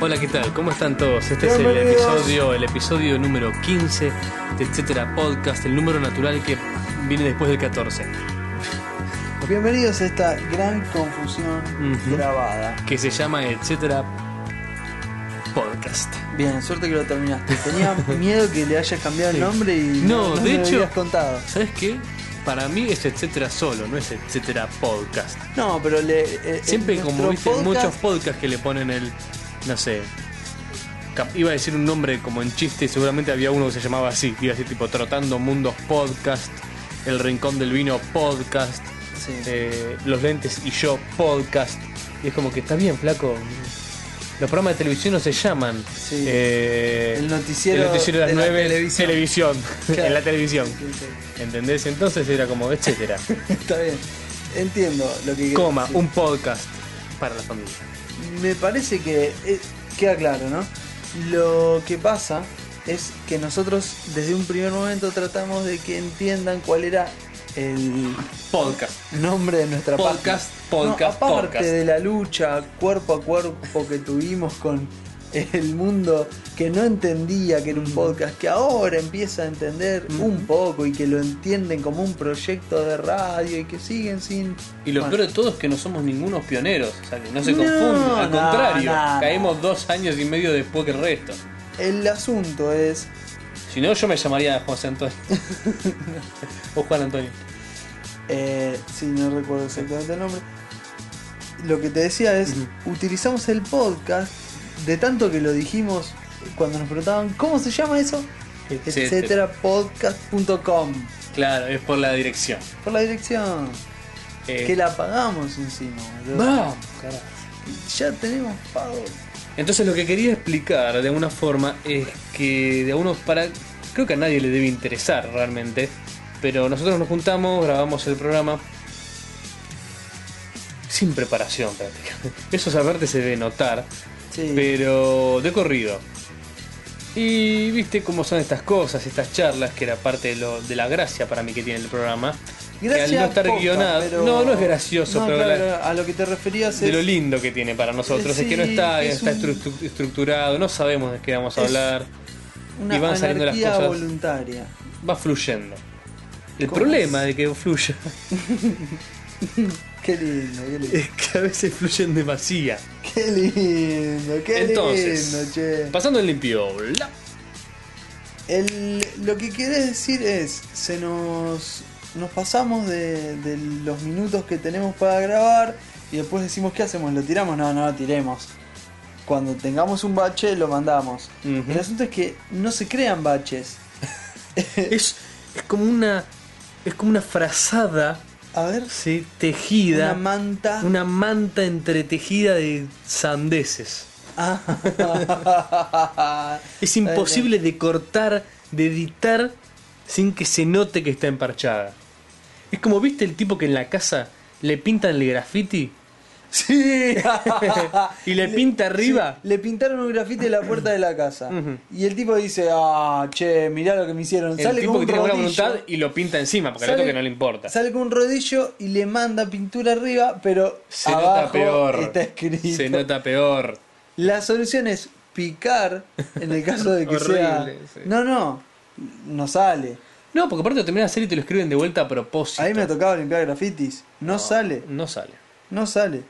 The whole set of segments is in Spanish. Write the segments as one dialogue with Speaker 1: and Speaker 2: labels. Speaker 1: Hola, ¿qué tal? ¿Cómo están todos? Este es el
Speaker 2: Bienvenidos.
Speaker 1: episodio, el episodio número 15 de Etcétera Podcast, el número natural que viene después del 14,
Speaker 2: Pues Bienvenidos a esta gran confusión
Speaker 1: Ujú.
Speaker 2: grabada.
Speaker 1: que se llama Etcétera Podcast.
Speaker 2: Bien, suerte que lo terminaste. Tenía miedo que le hayas cambiado el nombre y
Speaker 1: No, de
Speaker 2: me lo
Speaker 1: hecho-
Speaker 2: habías contado.
Speaker 1: ¿Sabes qué? Para mí es Etcétera solo, no es Etcétera Podcast.
Speaker 2: No, pero le. eh, eh,
Speaker 1: Siempre como
Speaker 2: nuestro
Speaker 1: viste en
Speaker 2: podcast-
Speaker 1: muchos podcasts que le ponen el, no sé, cap- iba a decir un nombre como en chiste, seguramente había uno que se llamaba así, iba a decir tipo Trotando Mundos Podcast, El Rincón del Vino Podcast,
Speaker 2: Sí.
Speaker 1: eh, Los Lentes y Yo Podcast. Y es como que está bien, flaco. Los programas de televisión no se llaman.
Speaker 2: Sí.
Speaker 1: eh,
Speaker 2: El noticiero
Speaker 1: el noticiero de las
Speaker 2: de la
Speaker 1: 9
Speaker 2: televisión.
Speaker 1: televisión.
Speaker 2: Claro.
Speaker 1: en la televisión.
Speaker 2: Sí, sí.
Speaker 1: ¿Entendés? Entonces era como, etcétera.
Speaker 2: Está bien. Entiendo lo que querés
Speaker 1: Coma,
Speaker 2: decir.
Speaker 1: un podcast para la familia.
Speaker 2: Me parece que eh, queda claro, ¿no? Lo que pasa es que nosotros desde un primer momento tratamos de que entiendan cuál era el
Speaker 1: Podcast.
Speaker 2: nombre de nuestra
Speaker 1: Podcast,
Speaker 2: página.
Speaker 1: podcast,
Speaker 2: No, aparte
Speaker 1: podcast.
Speaker 2: de la lucha cuerpo a cuerpo que tuvimos con el mundo que no entendía que era un podcast, que ahora empieza a entender un poco y que lo entienden como un proyecto de radio y que siguen sin...
Speaker 1: Y lo
Speaker 2: Bueno,
Speaker 1: peor de todo es que no somos ningunos pioneros, o sea, que no se
Speaker 2: No,
Speaker 1: confunden, al
Speaker 2: no,
Speaker 1: contrario,
Speaker 2: no, no.
Speaker 1: caemos dos años y medio después que el resto.
Speaker 2: El asunto es...
Speaker 1: Si no, yo me llamaría José Antonio. o Juan Antonio.
Speaker 2: Eh, sí, no recuerdo exactamente el nombre. Lo que te decía es, utilizamos el podcast de tanto que lo dijimos cuando nos preguntaban, ¿cómo se llama eso?
Speaker 1: Etcétera.
Speaker 2: Etcétera, podcast.com.
Speaker 1: Claro, es por la dirección.
Speaker 2: Por la dirección.
Speaker 1: Eh,
Speaker 2: Que la pagamos encima, boludo.
Speaker 1: Vamos, carajo.
Speaker 2: Ya tenemos pago.
Speaker 1: Entonces lo que quería explicar de alguna forma es que de algunos para creo que a nadie le debe interesar realmente, pero nosotros nos juntamos, grabamos el programa sin preparación prácticamente. Eso saberte se debe notar,
Speaker 2: Sí.
Speaker 1: pero de corrido. Y viste cómo son estas cosas, estas charlas, que era parte de, lo- de la gracia para mí que tiene el programa. que al
Speaker 2: Gracias
Speaker 1: no estar
Speaker 2: poca,
Speaker 1: guionado,
Speaker 2: pero-
Speaker 1: no, no es gracioso,
Speaker 2: No,
Speaker 1: pero la-
Speaker 2: claro, a lo que te referías
Speaker 1: de
Speaker 2: es
Speaker 1: lo lindo que tiene para nosotros. es que no
Speaker 2: Sí,
Speaker 1: está,
Speaker 2: es
Speaker 1: está
Speaker 2: un-
Speaker 1: estru- estructurado, no sabemos de qué vamos a
Speaker 2: Es-
Speaker 1: hablar,
Speaker 2: una
Speaker 1: y van saliendo las
Speaker 2: anarquía
Speaker 1: cosas.
Speaker 2: voluntaria.
Speaker 1: va fluyendo. El
Speaker 2: ¿Cómo
Speaker 1: problema
Speaker 2: es?
Speaker 1: de que fluya
Speaker 2: Qué lindo, qué lindo.
Speaker 1: es que a veces fluyen demasiado.
Speaker 2: Qué lindo, qué
Speaker 1: Entonces,
Speaker 2: lindo, che.
Speaker 1: pasando el limpio, bla.
Speaker 2: El- lo que querés decir es, se nos, nos pasamos de, de los minutos que tenemos para grabar y después decimos, ¿qué hacemos? ¿Lo tiramos? No, no lo tiremos. Cuando tengamos un bache, lo mandamos.
Speaker 1: Ujú.
Speaker 2: El asunto es que no se crean baches.
Speaker 1: es, es como una es como una frazada
Speaker 2: A ver,
Speaker 1: ¿sí? tejida,
Speaker 2: una manta.
Speaker 1: una manta entretejida de sandeces.
Speaker 2: Ah.
Speaker 1: Es imposible de cortar, de editar, sin que se note que está emparchada. Es como, ¿viste el tipo que en la casa le pintan el graffiti?
Speaker 2: Sí.
Speaker 1: ¿Y le pinta arriba?
Speaker 2: sí, le pintaron un grafite en la puerta de la casa.
Speaker 1: Ujú.
Speaker 2: Y el tipo dice, ah, che, mirá lo que me hicieron.
Speaker 1: El
Speaker 2: Sale
Speaker 1: tipo
Speaker 2: con
Speaker 1: que
Speaker 2: un
Speaker 1: tiene buena
Speaker 2: rodillo.
Speaker 1: voluntad y lo pinta encima, porque al
Speaker 2: Sale-
Speaker 1: otro que no le importa.
Speaker 2: Sale con un rodillo y le manda pintura arriba, pero
Speaker 1: Se
Speaker 2: abajo
Speaker 1: nota peor.
Speaker 2: está escrito.
Speaker 1: Se nota peor.
Speaker 2: La solución es picar en el caso de que
Speaker 1: Horrible,
Speaker 2: sea.
Speaker 1: sí.
Speaker 2: No, no, no sale.
Speaker 1: No, porque aparte lo terminan de hacer y te lo escriben de vuelta a propósito.
Speaker 2: A mí me ha tocado limpiar grafitis. No, sale,
Speaker 1: No sale.
Speaker 2: no sale.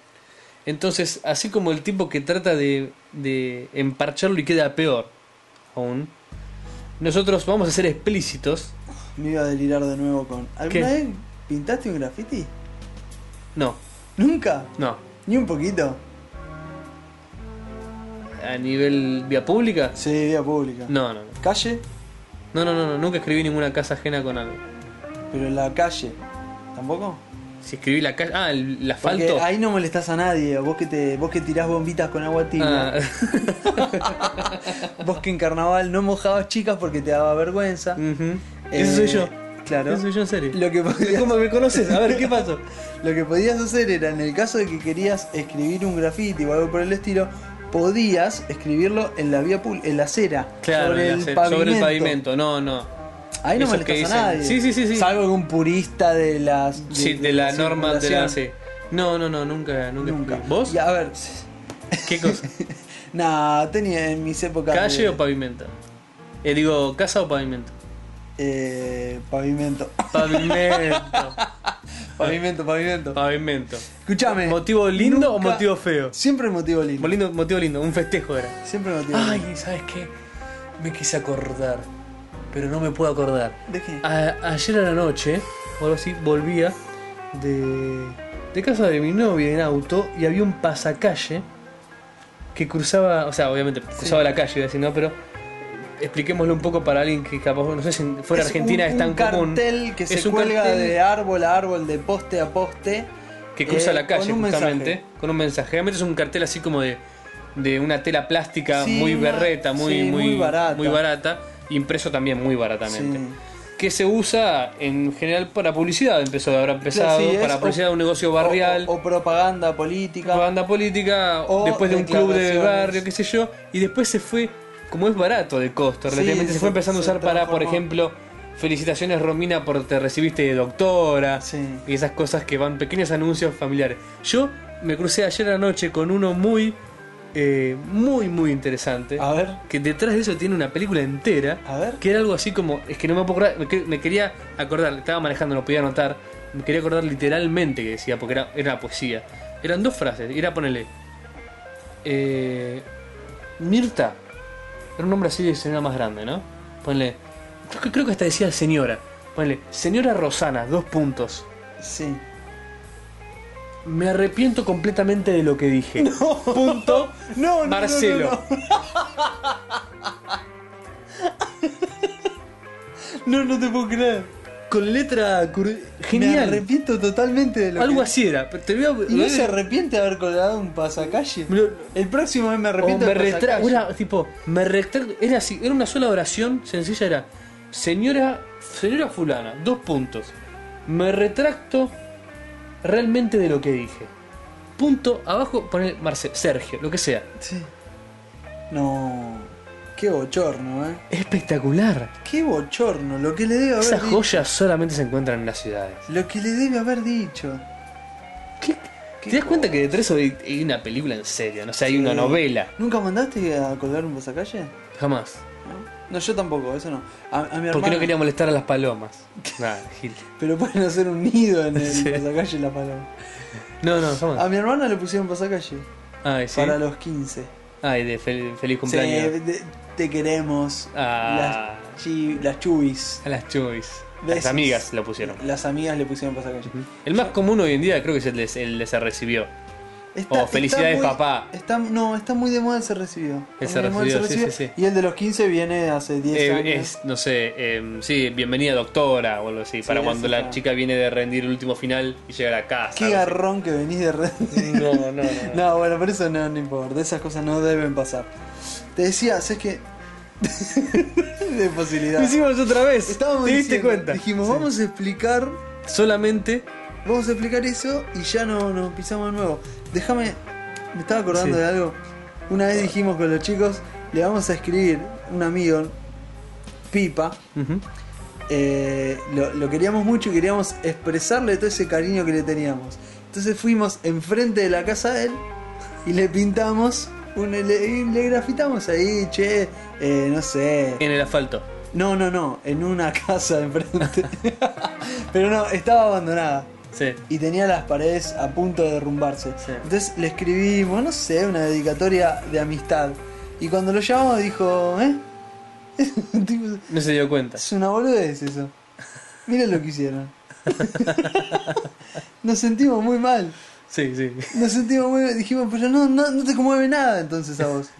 Speaker 1: Entonces, así como el tipo que trata de, de emparcharlo y queda peor aún, nosotros vamos a ser explícitos.
Speaker 2: Me iba a delirar de nuevo con. ¿Alguna
Speaker 1: ¿Qué?
Speaker 2: vez pintaste un grafiti?
Speaker 1: No,
Speaker 2: ¿Nunca?
Speaker 1: no.
Speaker 2: ¿Ni un poquito?
Speaker 1: A nivel vía pública,
Speaker 2: Sí, vía pública.
Speaker 1: No, no, no.
Speaker 2: ¿Calle?
Speaker 1: No, no, no, no, nunca escribí ninguna casa ajena con algo.
Speaker 2: Pero en la calle. ¿Tampoco?
Speaker 1: Si escribí la calle. Ah, el, el
Speaker 2: Porque
Speaker 1: asfalto.
Speaker 2: ahí no molestás a nadie. Vos que, te, vos que tirás bombitas con agua tibia.
Speaker 1: Ah,
Speaker 2: Vos que en carnaval no mojabas chicas porque te daba vergüenza.
Speaker 1: ujú.
Speaker 2: Eh,
Speaker 1: Mm. Eso soy yo.
Speaker 2: Claro.
Speaker 1: Eso soy yo en serio.
Speaker 2: Lo que, podías,
Speaker 1: ¿Cómo me conoces? A ver, ¿qué pasó?
Speaker 2: lo que podías hacer era, en el caso de que querías escribir un grafiti o algo por el estilo, podías escribirlo en la vía pública, en la acera,
Speaker 1: Claro,
Speaker 2: sobre,
Speaker 1: la
Speaker 2: el
Speaker 1: ce-
Speaker 2: pavimento.
Speaker 1: sobre el pavimento. No, no.
Speaker 2: Ahí no
Speaker 1: Esos que
Speaker 2: molestas
Speaker 1: dicen-
Speaker 2: a nadie.
Speaker 1: Sí, sí, sí, sí.
Speaker 2: Salvo algún purista de las.
Speaker 1: Sí, de la norma de la.
Speaker 2: circulación.
Speaker 1: sí. No, no, no, nunca, nunca.
Speaker 2: Nunca.
Speaker 1: escribí. ¿Vos?
Speaker 2: Y a ver,
Speaker 1: ¿Qué cosa?
Speaker 2: Nah, tenía en mis épocas.
Speaker 1: ¿Calle
Speaker 2: de-
Speaker 1: o pavimento? Eh, digo, ¿casa o pavimento?
Speaker 2: eh, Pavimento.
Speaker 1: Pavimento.
Speaker 2: Pavimento, pavimento.
Speaker 1: pavimento.
Speaker 2: Escuchame.
Speaker 1: ¿Motivo lindo o
Speaker 2: nunca-
Speaker 1: motivo feo?
Speaker 2: Siempre motivo lindo.
Speaker 1: Lindo- motivo lindo, un festejo era.
Speaker 2: Siempre motivo lindo.
Speaker 1: Ay, ¿sabes qué? Me quise acordar, pero no me puedo acordar.
Speaker 2: ¿De qué?
Speaker 1: A- ayer a la noche, o algo así, volvía de, de casa de mi novia en auto y había un pasacalle que cruzaba, o sea, obviamente cruzaba la calle, iba a decir, ¿no? Pero expliquémoslo un poco para alguien que capaz, no sé si fuera
Speaker 2: Es
Speaker 1: Argentina
Speaker 2: un,
Speaker 1: es tan
Speaker 2: un
Speaker 1: común
Speaker 2: cartel que se
Speaker 1: Es un
Speaker 2: cuelga
Speaker 1: cartel-
Speaker 2: de árbol a árbol, de poste a poste.
Speaker 1: que cruza
Speaker 2: eh,
Speaker 1: la calle
Speaker 2: con un
Speaker 1: justamente
Speaker 2: mensaje.
Speaker 1: con un mensaje. Realmente es un cartel así como de, de una tela plástica
Speaker 2: Sí,
Speaker 1: muy
Speaker 2: una-
Speaker 1: berreta, muy,
Speaker 2: sí,
Speaker 1: muy,
Speaker 2: muy barata.
Speaker 1: muy barata, impreso también muy baratamente.
Speaker 2: Sí.
Speaker 1: que se usa en general para publicidad, empezó, habrá empezado,
Speaker 2: Claro, sí, es
Speaker 1: para
Speaker 2: o-
Speaker 1: publicidad de un negocio barrial,
Speaker 2: O, o propaganda política.
Speaker 1: propaganda política,
Speaker 2: o
Speaker 1: después de un club de
Speaker 2: declaraciones.
Speaker 1: barrio, qué sé yo, y después se fue, como es barato de costo,
Speaker 2: Sí,
Speaker 1: relativamente se,
Speaker 2: se-
Speaker 1: fue empezando a
Speaker 2: se
Speaker 1: usar para, por
Speaker 2: transformó.
Speaker 1: ejemplo, felicitaciones Romina por te recibiste de doctora,
Speaker 2: Sí.
Speaker 1: y esas cosas que van, pequeños anuncios familiares. Yo me crucé ayer anoche con uno muy, eh, muy, muy interesante
Speaker 2: A ver.
Speaker 1: que detrás de eso tiene una película entera.
Speaker 2: A ver.
Speaker 1: Que era algo así como. Es que no me puedo acordar. Me, que- me quería acordar. Estaba manejando, no podía anotar. Me quería acordar literalmente que decía, porque era, era una poesía. Eran dos frases. y Era ponerle. Eh, Mirta. Era un nombre así de señora más grande, ¿no? Ponle. Creo que, creo que hasta decía señora. Ponle. Señora Rosana, dos puntos.
Speaker 2: Sí.
Speaker 1: Me arrepiento completamente de lo que dije. Punto.
Speaker 2: No, no,
Speaker 1: Marcelo.
Speaker 2: no, No, no, no te puedo creer.
Speaker 1: Con letra. cur-
Speaker 2: Me
Speaker 1: Genial.
Speaker 2: arrepiento totalmente de lo
Speaker 1: Algo
Speaker 2: que-
Speaker 1: así era. pero Te veo.
Speaker 2: ¿Y no se arrepiente de haber colgado un pasacalle?
Speaker 1: Me lo-
Speaker 2: El próximo mes me
Speaker 1: o
Speaker 2: arrepiento
Speaker 1: me
Speaker 2: del
Speaker 1: retra-
Speaker 2: pasacalle.
Speaker 1: era tipo, me retra- Era así, era una sola oración sencilla, era señora, señora fulana, dos puntos. Me retracto realmente de lo que dije. Punto, abajo poner Marcelo, Sergio, lo que sea.
Speaker 2: Sí. No. Qué bochorno, eh.
Speaker 1: Espectacular.
Speaker 2: Qué bochorno. Lo que le debe haber
Speaker 1: Esas
Speaker 2: dicho.
Speaker 1: joyas solamente se encuentran en las ciudades.
Speaker 2: Lo que le debe haber dicho.
Speaker 1: ¿Qué-
Speaker 2: Qué
Speaker 1: ¿Te das cuenta que detrás hay, hay una película en serio? No sé, hay
Speaker 2: Sí.
Speaker 1: una novela.
Speaker 2: ¿Nunca mandaste a colgar un pasacalle? ¿No?
Speaker 1: Jamás.
Speaker 2: No, yo tampoco, eso no. A, a mi
Speaker 1: Porque
Speaker 2: hermana-
Speaker 1: no quería molestar a las palomas. Nada, Gil.
Speaker 2: Pero pueden hacer un nido en el
Speaker 1: Sí.
Speaker 2: pasacalle la paloma.
Speaker 1: No, no,
Speaker 2: A
Speaker 1: jamás.
Speaker 2: mi hermana le pusieron pasacalle.
Speaker 1: Ay, sí.
Speaker 2: Ah, Para los 15.
Speaker 1: Ay, de fel- feliz
Speaker 2: Sí,
Speaker 1: cumpleaños.
Speaker 2: de- te queremos.
Speaker 1: Ah.
Speaker 2: Las, chi- las chubis.
Speaker 1: A las chubis. Las
Speaker 2: Besos.
Speaker 1: amigas lo pusieron.
Speaker 2: Las amigas le pusieron pasacalle.
Speaker 1: El más común hoy en día creo que es el de, el de se recibió.
Speaker 2: Está-
Speaker 1: Oh, felicidades,
Speaker 2: está muy-
Speaker 1: papá.
Speaker 2: está- no, está muy de moda el se recibió.
Speaker 1: El
Speaker 2: Está
Speaker 1: se
Speaker 2: muy de moda
Speaker 1: recibió, sí, sí,
Speaker 2: Y el de los 15 viene hace 10
Speaker 1: Eh,
Speaker 2: años.
Speaker 1: es, no sé, eh, sí, bienvenida doctora o algo así. para
Speaker 2: Sí,
Speaker 1: cuando
Speaker 2: sí,
Speaker 1: la
Speaker 2: sí.
Speaker 1: chica viene de rendir el último final y llega a la casa.
Speaker 2: Qué
Speaker 1: algo
Speaker 2: garrón que venís de red.
Speaker 1: así. No, no, no. no.
Speaker 2: No, bueno, pero eso no, no importa. Esas cosas no deben pasar. Te decía, es que. de
Speaker 1: Lo
Speaker 2: facilidad.
Speaker 1: hicimos otra vez.
Speaker 2: Estábamos
Speaker 1: ¿Te diste
Speaker 2: diciendo,
Speaker 1: cuenta?
Speaker 2: Dijimos,
Speaker 1: Sí.
Speaker 2: vamos a explicar.
Speaker 1: Solamente.
Speaker 2: Vamos a explicar eso y ya no nos pisamos de nuevo. Déjame. Me estaba acordando
Speaker 1: Sí.
Speaker 2: de algo. Una vez dijimos con los chicos, le vamos a escribir un amigo, Pipa.
Speaker 1: Ujú.
Speaker 2: eh, lo, lo queríamos mucho y queríamos expresarle todo ese cariño que le teníamos. Entonces fuimos enfrente de la casa de él y le pintamos, un, le, y le grafitamos ahí, che, eh, no sé.
Speaker 1: En el asfalto.
Speaker 2: No, no, no, en una casa de enfrente. Pero no, estaba abandonada
Speaker 1: Sí.
Speaker 2: y tenía las paredes a punto de derrumbarse.
Speaker 1: Sí.
Speaker 2: Entonces le escribimos, no sé, una dedicatoria de amistad. Y cuando lo llamamos dijo, ¿eh? Tipo,
Speaker 1: No se dio cuenta.
Speaker 2: es una boludez eso. Mira lo que hicieron. Nos sentimos muy mal.
Speaker 1: Sí, sí.
Speaker 2: Nos sentimos muy mal. Dijimos, pero no, no, no te conmueve nada entonces a vos.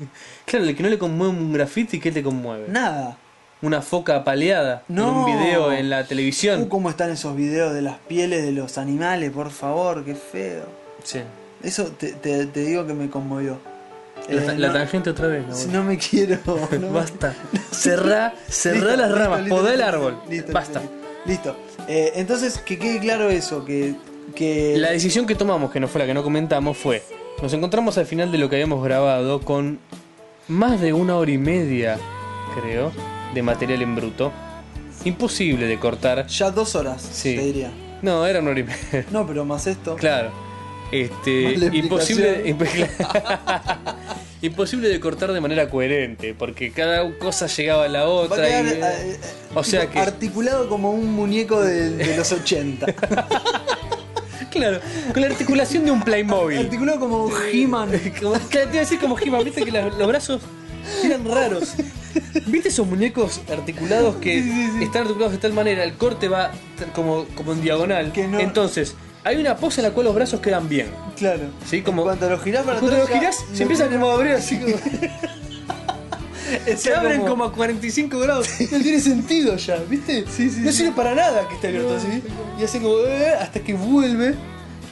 Speaker 1: Claro, el que no le conmueve un graffiti, ¿qué te conmueve?
Speaker 2: Nada.
Speaker 1: Una foca apaleada en
Speaker 2: No.
Speaker 1: un video en la televisión.
Speaker 2: Uh, cómo están esos videos de las pieles de los animales, por favor, qué feo.
Speaker 1: Sí.
Speaker 2: Eh, Eso te, te- te digo que me conmovió.
Speaker 1: La, ta-
Speaker 2: Eh,
Speaker 1: la
Speaker 2: no-
Speaker 1: tangente otra vez. la
Speaker 2: si
Speaker 1: bola.
Speaker 2: no me quiero. no-
Speaker 1: Basta. Cerrá,
Speaker 2: Listo,
Speaker 1: cerrá las
Speaker 2: listo,
Speaker 1: ramas,
Speaker 2: listo,
Speaker 1: podá el
Speaker 2: listo,
Speaker 1: árbol.
Speaker 2: listo,
Speaker 1: Basta.
Speaker 2: Listo. listo. Eh, entonces, que quede claro eso, que. que
Speaker 1: La decisión que tomamos, que no fue la que no comentamos, fue... Nos encontramos al final de lo que habíamos grabado con más de una hora y media, creo, de material en bruto. Imposible de cortar.
Speaker 2: Ya dos horas,
Speaker 1: Sí.
Speaker 2: te diría.
Speaker 1: No, era una hora y media.
Speaker 2: No, pero más esto.
Speaker 1: Claro. Este,
Speaker 2: Más la
Speaker 1: imposible,
Speaker 2: explicación.
Speaker 1: imp- Imposible de cortar de manera coherente, porque cada cosa llegaba a la
Speaker 2: Va a
Speaker 1: otra.
Speaker 2: quedar
Speaker 1: y-
Speaker 2: eh, eh,
Speaker 1: o sea que-
Speaker 2: articulado como un muñeco de, de los 80. eh,
Speaker 1: Claro, con la articulación de un Playmobil.
Speaker 2: articulado como He-Man.
Speaker 1: Como- claro, te iba a decir como he viste que la- los brazos eran raros. ¿Viste esos muñecos articulados que
Speaker 2: Sí, sí, sí.
Speaker 1: están articulados de tal manera? El corte va t- como, como en diagonal.
Speaker 2: Que no-
Speaker 1: Entonces, hay una pose en la cual los brazos quedan bien.
Speaker 2: Claro.
Speaker 1: Sí, como-
Speaker 2: Cuando lo girás para
Speaker 1: Cuando
Speaker 2: atrás.
Speaker 1: los
Speaker 2: ya-
Speaker 1: girás,
Speaker 2: lo-
Speaker 1: se empiezan como a abrir así como.
Speaker 2: o sea,
Speaker 1: Se abren como... a 45 grados. No tiene sentido ya, ¿viste?
Speaker 2: Sí, sí,
Speaker 1: no
Speaker 2: sí.
Speaker 1: sirve para nada que esté abierto
Speaker 2: No,
Speaker 1: así.
Speaker 2: sí,
Speaker 1: Y hacen como. "Eh", hasta que vuelve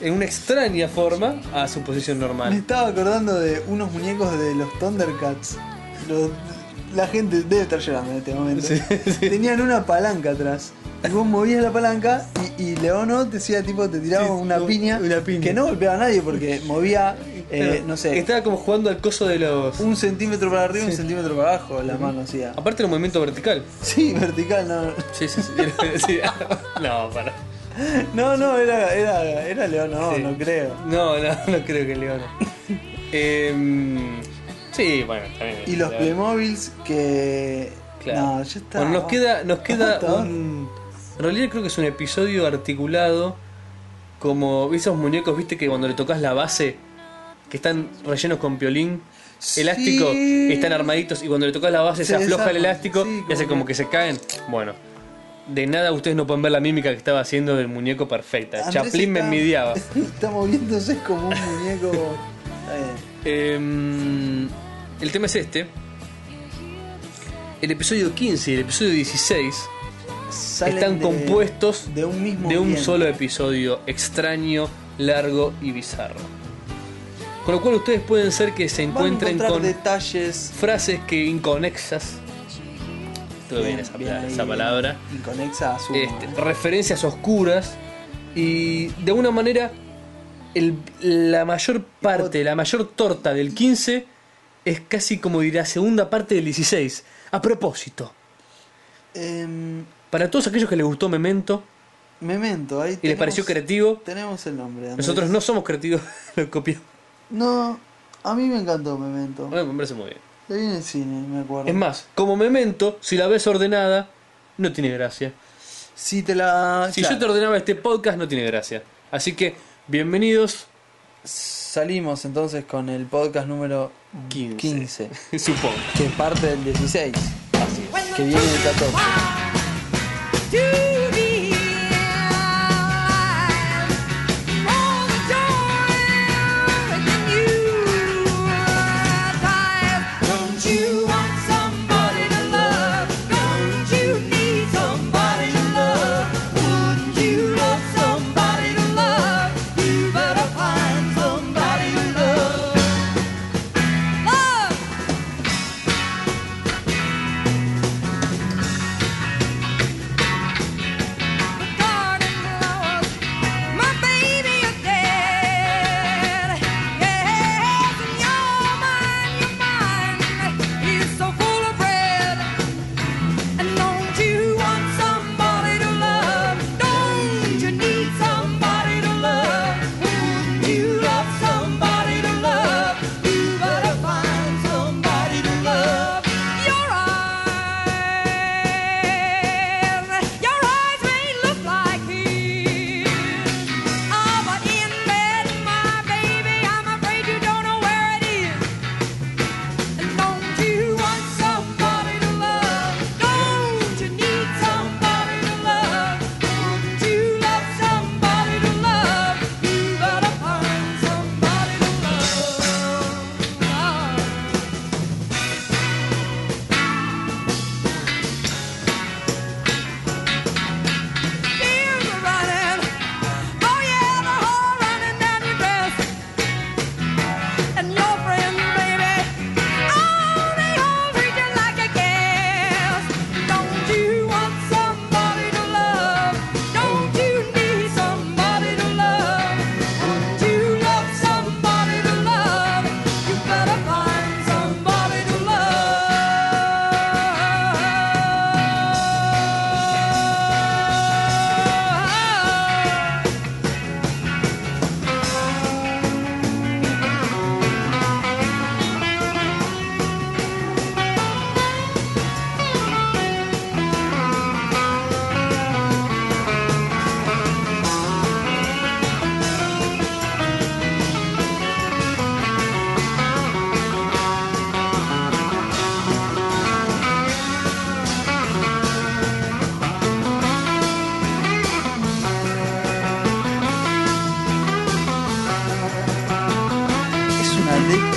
Speaker 1: en una extraña forma a su posición
Speaker 2: Me
Speaker 1: normal.
Speaker 2: estaba acordando de unos muñecos de los Thundercats. Los- la gente debe estar llorando en este momento.
Speaker 1: Sí, sí.
Speaker 2: Tenían una palanca atrás. Y vos movías la palanca y, y Leono te decía tipo, te tiraba
Speaker 1: Sí,
Speaker 2: una,
Speaker 1: como
Speaker 2: piña,
Speaker 1: una piña.
Speaker 2: que no golpeaba a nadie porque movía, eh,
Speaker 1: Claro,
Speaker 2: no sé,
Speaker 1: Estaba como jugando al coso de los.
Speaker 2: un centímetro para arriba,
Speaker 1: Sí.
Speaker 2: un centímetro para abajo la mano hacía.
Speaker 1: Aparte del movimiento vertical.
Speaker 2: Sí, vertical, no.
Speaker 1: Sí, sí, sí. Sí. No, para.
Speaker 2: No, no, era, era, era Leono, no,
Speaker 1: Sí.
Speaker 2: no creo.
Speaker 1: No, no, no creo que Leona. Em, sí, bueno, también.
Speaker 2: Y los
Speaker 1: la-
Speaker 2: Playmobiles que.
Speaker 1: Claro.
Speaker 2: No, ya está.
Speaker 1: Bueno, nos queda, nos queda
Speaker 2: Basta.
Speaker 1: un. En realidad creo que es un episodio articulado. Como esos muñecos, viste que cuando le tocas la base, que están rellenos con piolín, elástico,
Speaker 2: Sí.
Speaker 1: están armaditos y cuando le tocas la base se,
Speaker 2: Se
Speaker 1: afloja el
Speaker 2: desarman,
Speaker 1: elástico
Speaker 2: sí,
Speaker 1: y hace
Speaker 2: como
Speaker 1: como
Speaker 2: que-
Speaker 1: que se caen. Bueno, de nada ustedes no pueden ver la mímica que estaba haciendo del muñeco perfecta.
Speaker 2: Andrés
Speaker 1: Chaplin me
Speaker 2: está-
Speaker 1: envidiaba.
Speaker 2: Está moviéndose como un muñeco. eh, Está bien.
Speaker 1: Em, el tema es este. El episodio 15 y el episodio 16
Speaker 2: Salen
Speaker 1: están
Speaker 2: de-
Speaker 1: compuestos
Speaker 2: de un mismo
Speaker 1: de un
Speaker 2: bien.
Speaker 1: solo episodio extraño, largo y bizarro. Con lo cual ustedes pueden ser que se
Speaker 2: Van a
Speaker 1: encuentren
Speaker 2: encontrar
Speaker 1: con
Speaker 2: detalles.
Speaker 1: frases que inconexas. Todo bien, esa,
Speaker 2: bien ahí,
Speaker 1: esa palabra.
Speaker 2: Inconexa a su.
Speaker 1: Este, referencias oscuras y de alguna manera el- la mayor parte, la mayor torta del 15 es casi como dirá segunda parte del 16. A propósito,
Speaker 2: Em,
Speaker 1: para todos aquellos que les gustó Memento
Speaker 2: Memento, ahí
Speaker 1: y les pareció creativo,
Speaker 2: Tenemos el nombre. Andrés.
Speaker 1: nosotros no somos creativos, lo copiamos.
Speaker 2: No, a mí me encantó Memento.
Speaker 1: Bueno, me parece muy bien.
Speaker 2: Lo vi en el cine, me acuerdo.
Speaker 1: Es más, como Memento, si la ves ordenada, no tiene gracia.
Speaker 2: si te la.
Speaker 1: Si
Speaker 2: claro,
Speaker 1: yo te ordenaba este podcast, no tiene gracia. Así que, bienvenidos,
Speaker 2: Salimos entonces con el podcast número
Speaker 1: 15.
Speaker 2: 15
Speaker 1: supongo.
Speaker 2: que parte del 16,
Speaker 1: Así es.
Speaker 2: que viene el 14.
Speaker 3: Love!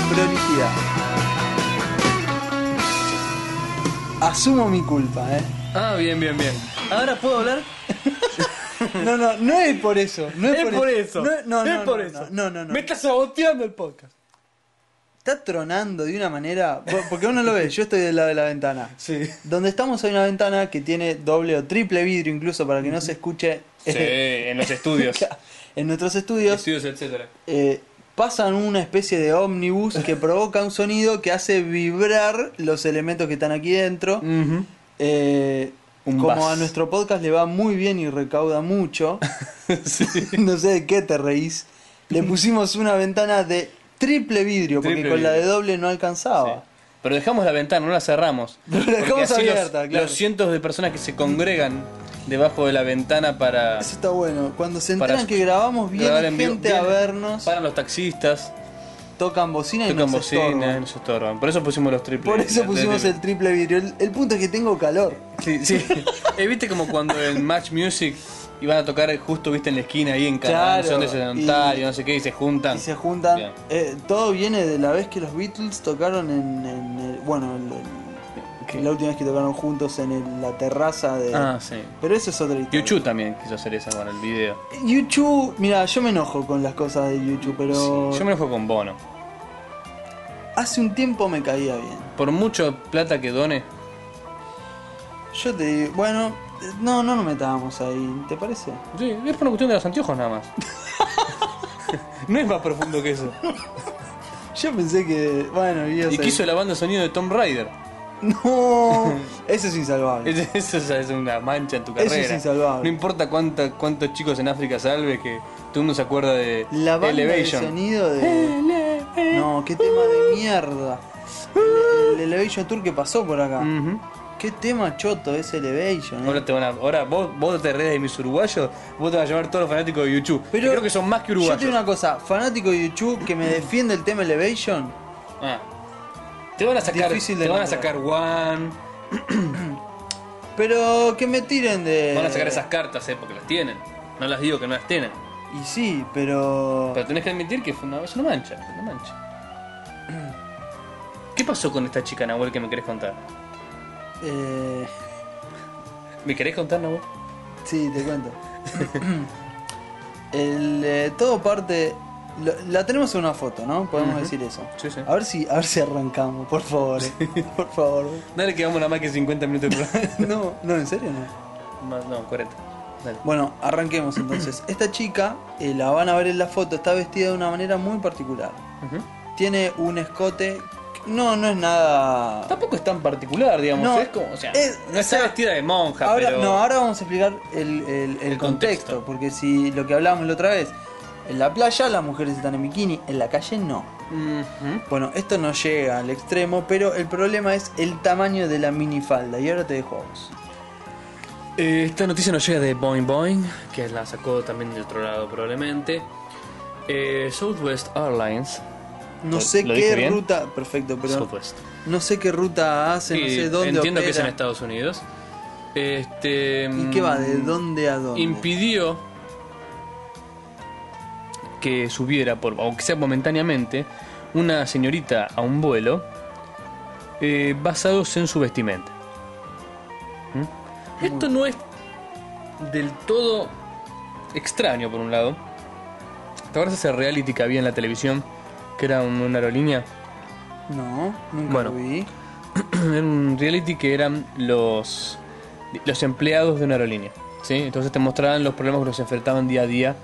Speaker 2: prolijidad. Asumo mi culpa, eh.
Speaker 1: Ah, bien, bien, bien. Ahora puedo hablar.
Speaker 2: No, no, no es por eso. No es,
Speaker 1: Es por eso.
Speaker 2: No, no,
Speaker 1: es
Speaker 2: no,
Speaker 1: por
Speaker 2: no,
Speaker 1: eso.
Speaker 2: No, no, no.
Speaker 1: Me estás saboteando el podcast.
Speaker 2: Está tronando de una manera. Vos- Porque uno lo ve, yo estoy del lado de la ventana.
Speaker 1: Sí.
Speaker 2: Donde estamos hay una ventana que tiene doble o triple vidrio incluso para que no se escuche
Speaker 1: Sí, Eh, en los estudios.
Speaker 2: en nuestros estudios.
Speaker 1: estudios, etcétera.
Speaker 2: eh, pasan una especie de ómnibus que provoca un sonido que hace vibrar los elementos que están aquí dentro. Eh,
Speaker 1: Mm. Un
Speaker 2: como
Speaker 1: buzz.
Speaker 2: a nuestro podcast le va muy bien y recauda mucho, no sé de qué te reís, le pusimos una ventana de triple vidrio, porque
Speaker 1: Triple
Speaker 2: con la de
Speaker 1: vidrio.
Speaker 2: doble no alcanzaba.
Speaker 1: Pero dejamos la ventana, no la cerramos.
Speaker 2: Pero la
Speaker 1: Porque
Speaker 2: dejamos
Speaker 1: así los-
Speaker 2: abierta,
Speaker 1: los,
Speaker 2: claro.
Speaker 1: cientos de personas que se congregan debajo de la ventana para
Speaker 2: Eso está bueno. Cuando se
Speaker 1: Para
Speaker 2: enteran que grabamos, viene
Speaker 1: grabar en vivo,
Speaker 2: gente a
Speaker 1: vienen,
Speaker 2: vernos,
Speaker 1: Para los taxistas,
Speaker 2: tocan bocina y nos
Speaker 1: tocan bocina, eh,
Speaker 2: estorban.
Speaker 1: nos estorban. Por eso pusimos los triples.
Speaker 2: Por eso pusimos el triple vidrio. El, el punto es que tengo calor.
Speaker 1: Sí, sí. Eh, ¿Viste como cuando en Match Music iban a tocar justo, viste, en la esquina ahí en
Speaker 2: Claro,
Speaker 1: Canadá, de Ontario,
Speaker 2: y-
Speaker 1: no sé qué, y se juntan?
Speaker 2: Y se juntan.
Speaker 1: Ah, Bien.
Speaker 2: Eh, todo viene de la vez que los Beatles tocaron en. en el- bueno, el- el-
Speaker 1: ¿Qué?
Speaker 2: la última vez que tocaron juntos en el- la terraza de.
Speaker 1: Ah, sí.
Speaker 2: Pero eso es otra historia.
Speaker 1: Yuchu también quiso hacer esa con el video.
Speaker 2: YouTube. Mira, yo me enojo con las cosas de YouTube, pero.
Speaker 1: Yo me enojo con Bono.
Speaker 2: Hace un tiempo me caía bien.
Speaker 1: Por mucho plata que done,
Speaker 2: Yo te digo. Bueno, eh, no, no nos metábamos ahí, ¿te parece?
Speaker 1: sí, es por una cuestión de los anteojos nada más. no es más profundo que eso.
Speaker 2: Yo pensé que. Bueno, ibas
Speaker 1: Y
Speaker 2: a-
Speaker 1: quiso la banda de sonido de Tom Rider.
Speaker 2: Mm. No, eso es insalvable.
Speaker 1: Eso es- es una mancha en tu
Speaker 2: Eso es
Speaker 1: carrera.
Speaker 2: insalvable.
Speaker 1: No importa cuánta- cuántos chicos en África salve que todo el mundo se acuerda de
Speaker 2: La banda
Speaker 1: Elevation.
Speaker 2: de sonido de. No, qué tema de mierda. El, el Elevation Tour que pasó por acá.
Speaker 1: Ujú.
Speaker 2: Qué tema choto es Elevation. eh.
Speaker 1: Ahora te van a. Ahora vos, vos te redes de mis uruguayos, vos te vas a llevar todos los fanáticos de YouTube. Pero creo que son más que
Speaker 2: Yo
Speaker 1: uruguayos.
Speaker 2: tengo una cosa, fanático de YouTube que me defiende el tema Elevation.
Speaker 1: Ah. Te van a sacar.
Speaker 2: Difícil de
Speaker 1: te van a
Speaker 2: nombrar.
Speaker 1: sacar One.
Speaker 2: Pero que me tiren de.
Speaker 1: Van a sacar esas cartas, eh, porque las tienen. No las digo que no las tienen.
Speaker 2: Y sí, pero.
Speaker 1: Pero tenés que admitir que fue una, es una mancha, una mancha. ¿Qué pasó con esta chica Nahuel que me querés contar?
Speaker 2: eh,
Speaker 1: ¿Me querés contar, Nahuel?
Speaker 2: Sí, te cuento. El, eh, todo parte. lo- la tenemos en una foto, ¿no? Podemos decir eso.
Speaker 1: Sí, sí.
Speaker 2: A ver si, a ver si arrancamos, por favor. eh. Por favor.
Speaker 1: Dale que vamos nada más que 50 minutos de programa.
Speaker 2: No, no, en serio no.
Speaker 1: Más- no, 40. Dale.
Speaker 2: Bueno, arranquemos entonces. Esta chica, eh, la van a ver en la foto, está vestida de una manera muy particular.
Speaker 1: Ujú.
Speaker 2: Tiene un escote. que- No, no es nada.
Speaker 1: Tampoco es tan particular, digamos. ¿eh?
Speaker 2: No,
Speaker 1: es como, o sea,
Speaker 2: es-
Speaker 1: no está
Speaker 2: o sea,
Speaker 1: vestida de monja,
Speaker 2: Ahora,
Speaker 1: pero.
Speaker 2: No, ahora vamos a explicar el, el- el contexto,
Speaker 1: El contexto.
Speaker 2: porque si lo que hablábamos la otra vez, en la playa las mujeres están en bikini, en la calle no.
Speaker 1: Ujú.
Speaker 2: Bueno, esto no llega al extremo, pero el problema es el tamaño de la minifalda. Y ahora te dejo a vos.
Speaker 1: Eh, esta noticia nos llega de Boing Boing, que la sacó también de otro lado probablemente. Eh, Southwest Airlines.
Speaker 2: No
Speaker 1: ¿Lo-
Speaker 2: sé
Speaker 1: lo dije
Speaker 2: qué
Speaker 1: bien?
Speaker 2: ruta. Perfecto, pero.
Speaker 1: Southwest.
Speaker 2: No sé qué ruta hace, no
Speaker 1: Sí,
Speaker 2: sé dónde.
Speaker 1: entiendo que es en
Speaker 2: opera.
Speaker 1: Estados Unidos. Este,
Speaker 2: ¿Y qué va? ¿De dónde a dónde?
Speaker 1: Impidió que subiera, por, aunque sea momentáneamente, una señorita a un vuelo eh, basados en su vestimenta. ¿Mm? Esto no es del todo extraño, por un lado. ¿Te acuerdas ese reality que había en la televisión? Que era un- una aerolínea.
Speaker 2: No, nunca
Speaker 1: Bueno.
Speaker 2: lo vi.
Speaker 1: era un reality que eran los, los empleados de una aerolínea. ¿sí? Entonces te mostraban los problemas que los enfrentaban día a día.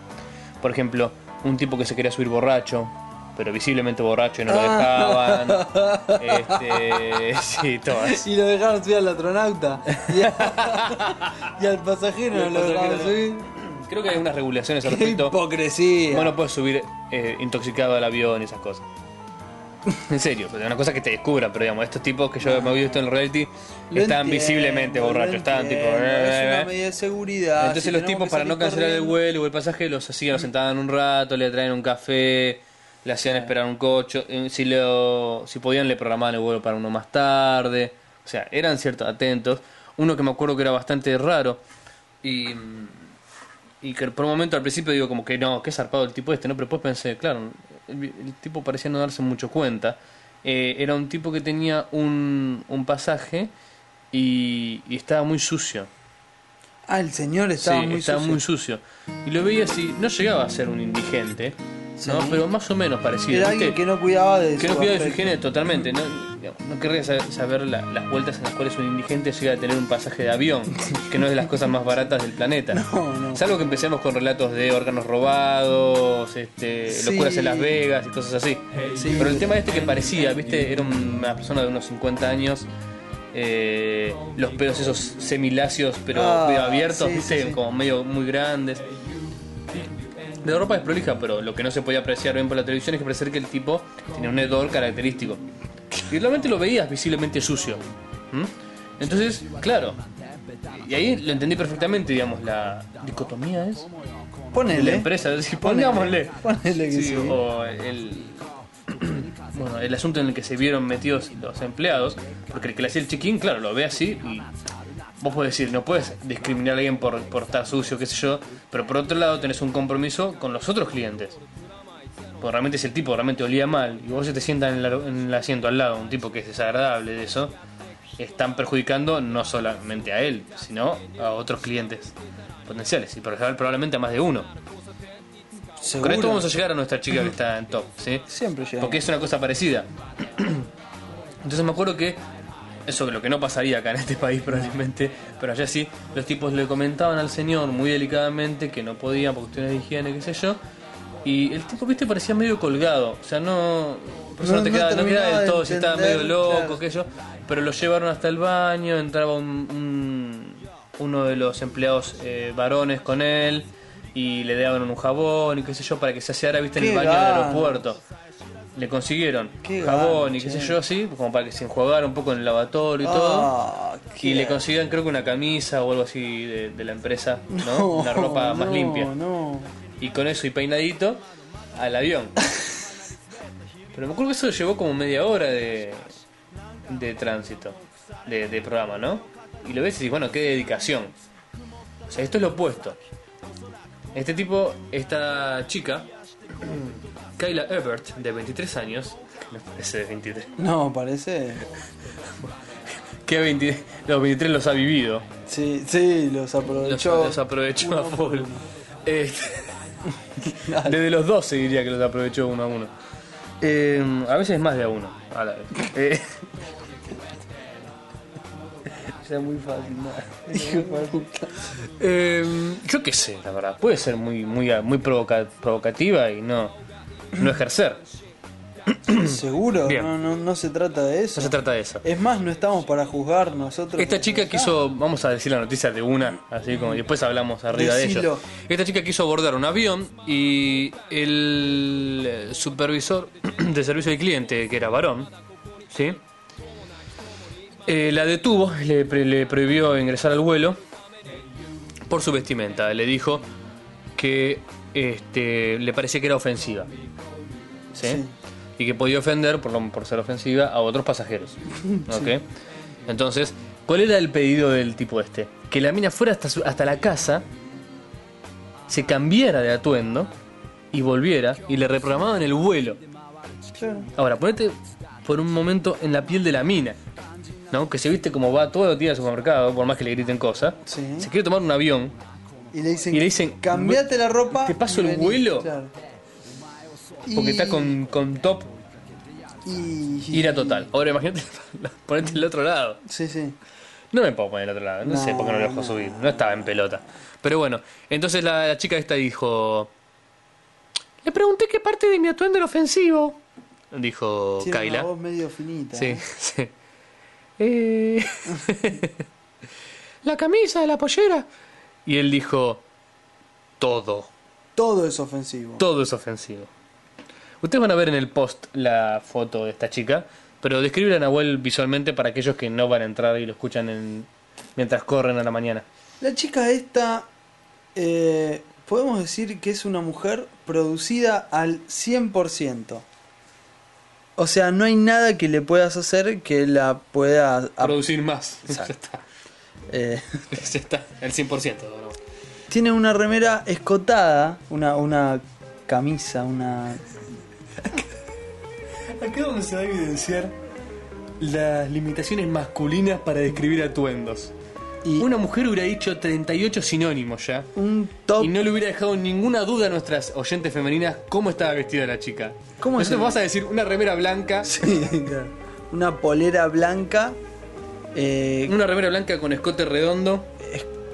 Speaker 1: Por ejemplo, un tipo que se quería subir borracho, pero visiblemente borracho y no lo
Speaker 2: Ah.
Speaker 1: dejaban. Este, sí, todo así.
Speaker 2: Y lo dejaron subir al astronauta. Y, a- y al pasajero
Speaker 1: Y
Speaker 2: no
Speaker 1: al
Speaker 2: lo dejaron
Speaker 1: pasajero
Speaker 2: subir.
Speaker 1: Creo que hay unas regulaciones al
Speaker 2: ¡Qué
Speaker 1: respecto.
Speaker 2: hipocresía!
Speaker 1: Vos no puedes subir eh, intoxicado al avión y esas cosas. En serio, es una cosa que te descubra, pero digamos, estos tipos que yo me he visto en el reality
Speaker 2: Lo
Speaker 1: estaban
Speaker 2: entiendo,
Speaker 1: visiblemente
Speaker 2: lo
Speaker 1: borrachos, estaban tipo.
Speaker 2: entiendo,
Speaker 1: eh,
Speaker 2: Es
Speaker 1: eh.
Speaker 2: una medida de seguridad.
Speaker 1: Entonces
Speaker 2: si
Speaker 1: los
Speaker 2: Ah, tenemos
Speaker 1: tipos
Speaker 2: que
Speaker 1: para no
Speaker 2: salir
Speaker 1: cancelar el
Speaker 2: corriendo-
Speaker 1: vuelo o el pasaje los hacían, los sentaban un rato, le traían un café, le hacían esperar un coche, eh, si lo, si podían le programaban el vuelo para uno más tarde, o sea, eran ciertos atentos. Uno que me acuerdo que era bastante raro y mm, y que por un momento al principio digo como que no, qué zarpado el tipo este, no, pero después pensé, claro, el, el tipo parecía no darse mucho cuenta. Eh, era un tipo que tenía un, un pasaje y, y estaba muy sucio.
Speaker 2: Ah, el señor estaba
Speaker 1: sí,
Speaker 2: muy
Speaker 1: estaba
Speaker 2: sucio.
Speaker 1: muy sucio. Y lo veía así, no llegaba a ser un indigente,
Speaker 2: Sí.
Speaker 1: ¿no? pero más o menos parecido.
Speaker 2: Era
Speaker 1: ¿viste?
Speaker 2: alguien que no cuidaba de
Speaker 1: Que
Speaker 2: su
Speaker 1: no cuidaba de su
Speaker 2: aspecto.
Speaker 1: higiene totalmente. No, Digamos, no querría sa- saber la- las vueltas en las cuales un indigente llega a tener un pasaje de avión, que no es de las cosas más baratas del planeta.
Speaker 2: No, no.
Speaker 1: Salvo que empecemos con relatos de órganos robados, este,
Speaker 2: Sí.
Speaker 1: locuras en Las Vegas y cosas así.
Speaker 2: Sí.
Speaker 1: Pero el tema este que parecía, ¿viste? Era una persona de unos 50 años. eh, los pelos esos semiláceos pero
Speaker 2: Ah,
Speaker 1: medio abiertos,
Speaker 2: sí,
Speaker 1: ¿viste?
Speaker 2: sí, sí.
Speaker 1: Como medio muy grandes. La ropa es prolija, pero lo que no se podía apreciar bien por la televisión es que parecía que el tipo tenía un hedor característico. Y realmente lo veías visiblemente sucio. ¿m? Entonces, claro. Y ahí lo entendí perfectamente, digamos, la dicotomía es de la
Speaker 2: Ponele.
Speaker 1: empresa. Si
Speaker 2: Ponele.
Speaker 1: pongámosle.
Speaker 2: Ponele que sí.
Speaker 1: O el, bueno, el asunto en el que se vieron metidos los empleados, porque el que le hacía el check-in, claro, lo ve así y vos podés decir, no puedes discriminar a alguien por, por estar sucio, qué sé yo, pero por otro lado tenés un compromiso con los otros clientes. Porque realmente si el tipo realmente olía mal y vos se te sientas en, el ar- en el asiento al lado, un tipo que es desagradable de eso, están perjudicando no solamente a él, sino a otros clientes potenciales y por ejemplo, probablemente a más de uno. Con
Speaker 2: Seguro.
Speaker 1: esto vamos a llegar a nuestra chica que está en top, ¿sí?
Speaker 2: Siempre llegamos.
Speaker 1: Porque es una cosa parecida. Entonces me acuerdo que, eso que lo que no pasaría acá en este país probablemente, pero allá sí, los tipos le comentaban al señor muy delicadamente que no podían por cuestiones de higiene, qué sé yo. Y el tipo, viste, parecía medio colgado. O sea, no. Por eso no,
Speaker 2: No-
Speaker 1: te
Speaker 2: no
Speaker 1: queda, no queda
Speaker 2: terminaba
Speaker 1: del
Speaker 2: de
Speaker 1: todo, si estaba
Speaker 2: entender,
Speaker 1: medio loco,
Speaker 2: claro.
Speaker 1: qué sé yo. Pero lo llevaron hasta el baño, entraba un- un- uno de los empleados eh, varones con él. Y le daban un jabón y qué sé yo para que se aseara, viste, en el
Speaker 2: Qué
Speaker 1: baño del
Speaker 2: ganas.
Speaker 1: aeropuerto. Le consiguieron
Speaker 2: Qué
Speaker 1: jabón
Speaker 2: gana,
Speaker 1: y qué
Speaker 2: che.
Speaker 1: sé yo, así, como para que se enjuagara un poco en el lavatorio y todo.
Speaker 2: Ah,
Speaker 1: Y le
Speaker 2: qué-
Speaker 1: consiguieron creo que una camisa o algo así de, de la empresa, ¿no? una ropa más
Speaker 2: no,
Speaker 1: limpia.
Speaker 2: No,
Speaker 1: Y con eso y peinadito, al avión. Pero me acuerdo que eso llevó como media hora de, de tránsito, de, de programa, ¿no? Y lo ves y dices, bueno, qué dedicación. O sea, esto es lo opuesto. Este tipo, esta chica, Kayla Ebert, de 23 años, que me parece de 23.
Speaker 2: no, parece.
Speaker 1: Que 20 los 23 los ha vivido.
Speaker 2: Sí, sí, los
Speaker 1: Los,
Speaker 2: aprovechó.
Speaker 1: los aprovechó a
Speaker 2: Uno por
Speaker 1: full.
Speaker 2: uno.
Speaker 1: Este, desde los 12 diría que los aprovechó uno a uno. Eh, a veces más de a uno. A la vez. Eh,
Speaker 2: Era muy fácil, ¿no? Hijo de puta.
Speaker 1: eh, yo qué sé, la verdad. Puede ser muy, muy, muy provoca- provocativa y no, no ejercer.
Speaker 2: Seguro,
Speaker 1: Bien.
Speaker 2: no, no, no se trata de eso.
Speaker 1: No se trata de eso.
Speaker 2: Es más, no estamos para juzgar nosotros.
Speaker 1: Esta chica quiso, vamos a decir la noticia de una, así como después hablamos arriba de
Speaker 2: Decilo.
Speaker 1: ello. Esta chica quiso abordar un avión y el eh, supervisor de servicio al cliente, que era varón, ¿sí? Eh, la detuvo, le, pre- le prohibió ingresar al vuelo por su vestimenta. Le dijo que este, le parecía que era ofensiva. ¿sí?
Speaker 2: Sí.
Speaker 1: Y que podía ofender, por, lo- por ser ofensiva, a otros pasajeros. ¿ok? Entonces, ¿cuál era el pedido del tipo este? Que la mina fuera hasta, su- hasta la casa, se cambiara de atuendo y volviera y le reprogramaban el vuelo.
Speaker 2: Claro.
Speaker 1: Ahora, ponete por un momento en la piel de la mina, ¿no? Que se viste como va todos los días al supermercado, por más que le griten cosas.
Speaker 2: Sí.
Speaker 1: Se quiere tomar un avión.
Speaker 2: Y le dicen,
Speaker 1: Y le dicen,
Speaker 2: cambiate la ropa.
Speaker 1: ¿te paso
Speaker 2: y
Speaker 1: el
Speaker 2: vení".
Speaker 1: vuelo?
Speaker 2: Claro. Y-
Speaker 1: Porque está con, con top
Speaker 2: Y...
Speaker 1: ira total. Ahora imagínate ponerte del otro lado.
Speaker 2: Sí, sí.
Speaker 1: No me puedo poner del otro lado. No,
Speaker 2: No,
Speaker 1: sé por qué no lo dejó
Speaker 2: no.
Speaker 1: subir. No estaba en pelota. Pero bueno, entonces la, la chica esta dijo... Le pregunté qué parte de mi atuendo era ofensivo. Dijo
Speaker 2: Tiene
Speaker 1: Kaila.
Speaker 2: una voz medio finita.
Speaker 1: Sí,
Speaker 2: ¿eh?
Speaker 1: sí. Eh, la camisa, la pollera. Y él dijo, todo,
Speaker 2: Todo es ofensivo.
Speaker 1: todo es ofensivo. Ustedes van a ver en el post la foto de esta chica, pero describe a Nahuel visualmente para aquellos que no van a entrar y lo escuchan en- mientras corren a la mañana.
Speaker 2: La chica esta, eh, podemos decir que es una mujer producida al 100%. O sea, no hay nada que le puedas hacer que la pueda... a-
Speaker 1: Producir más.
Speaker 2: Exacto.
Speaker 1: Ya
Speaker 2: eh,
Speaker 1: está. Ya está. El 100%. ¿no?
Speaker 2: tiene una remera escotada, una, una camisa, una...
Speaker 1: Acá es donde se va a evidenciar las limitaciones masculinas para describir atuendos.
Speaker 2: Y
Speaker 1: Una mujer hubiera dicho 38 sinónimos ya.
Speaker 2: un top.
Speaker 1: Y no le hubiera dejado ninguna duda a nuestras oyentes femeninas cómo estaba vestida la chica.
Speaker 2: ¿Cómo
Speaker 1: Nosotros
Speaker 2: se-
Speaker 1: vas a decir una remera blanca,
Speaker 2: Sí, claro. Una polera blanca. eh,
Speaker 1: una remera blanca con escote redondo,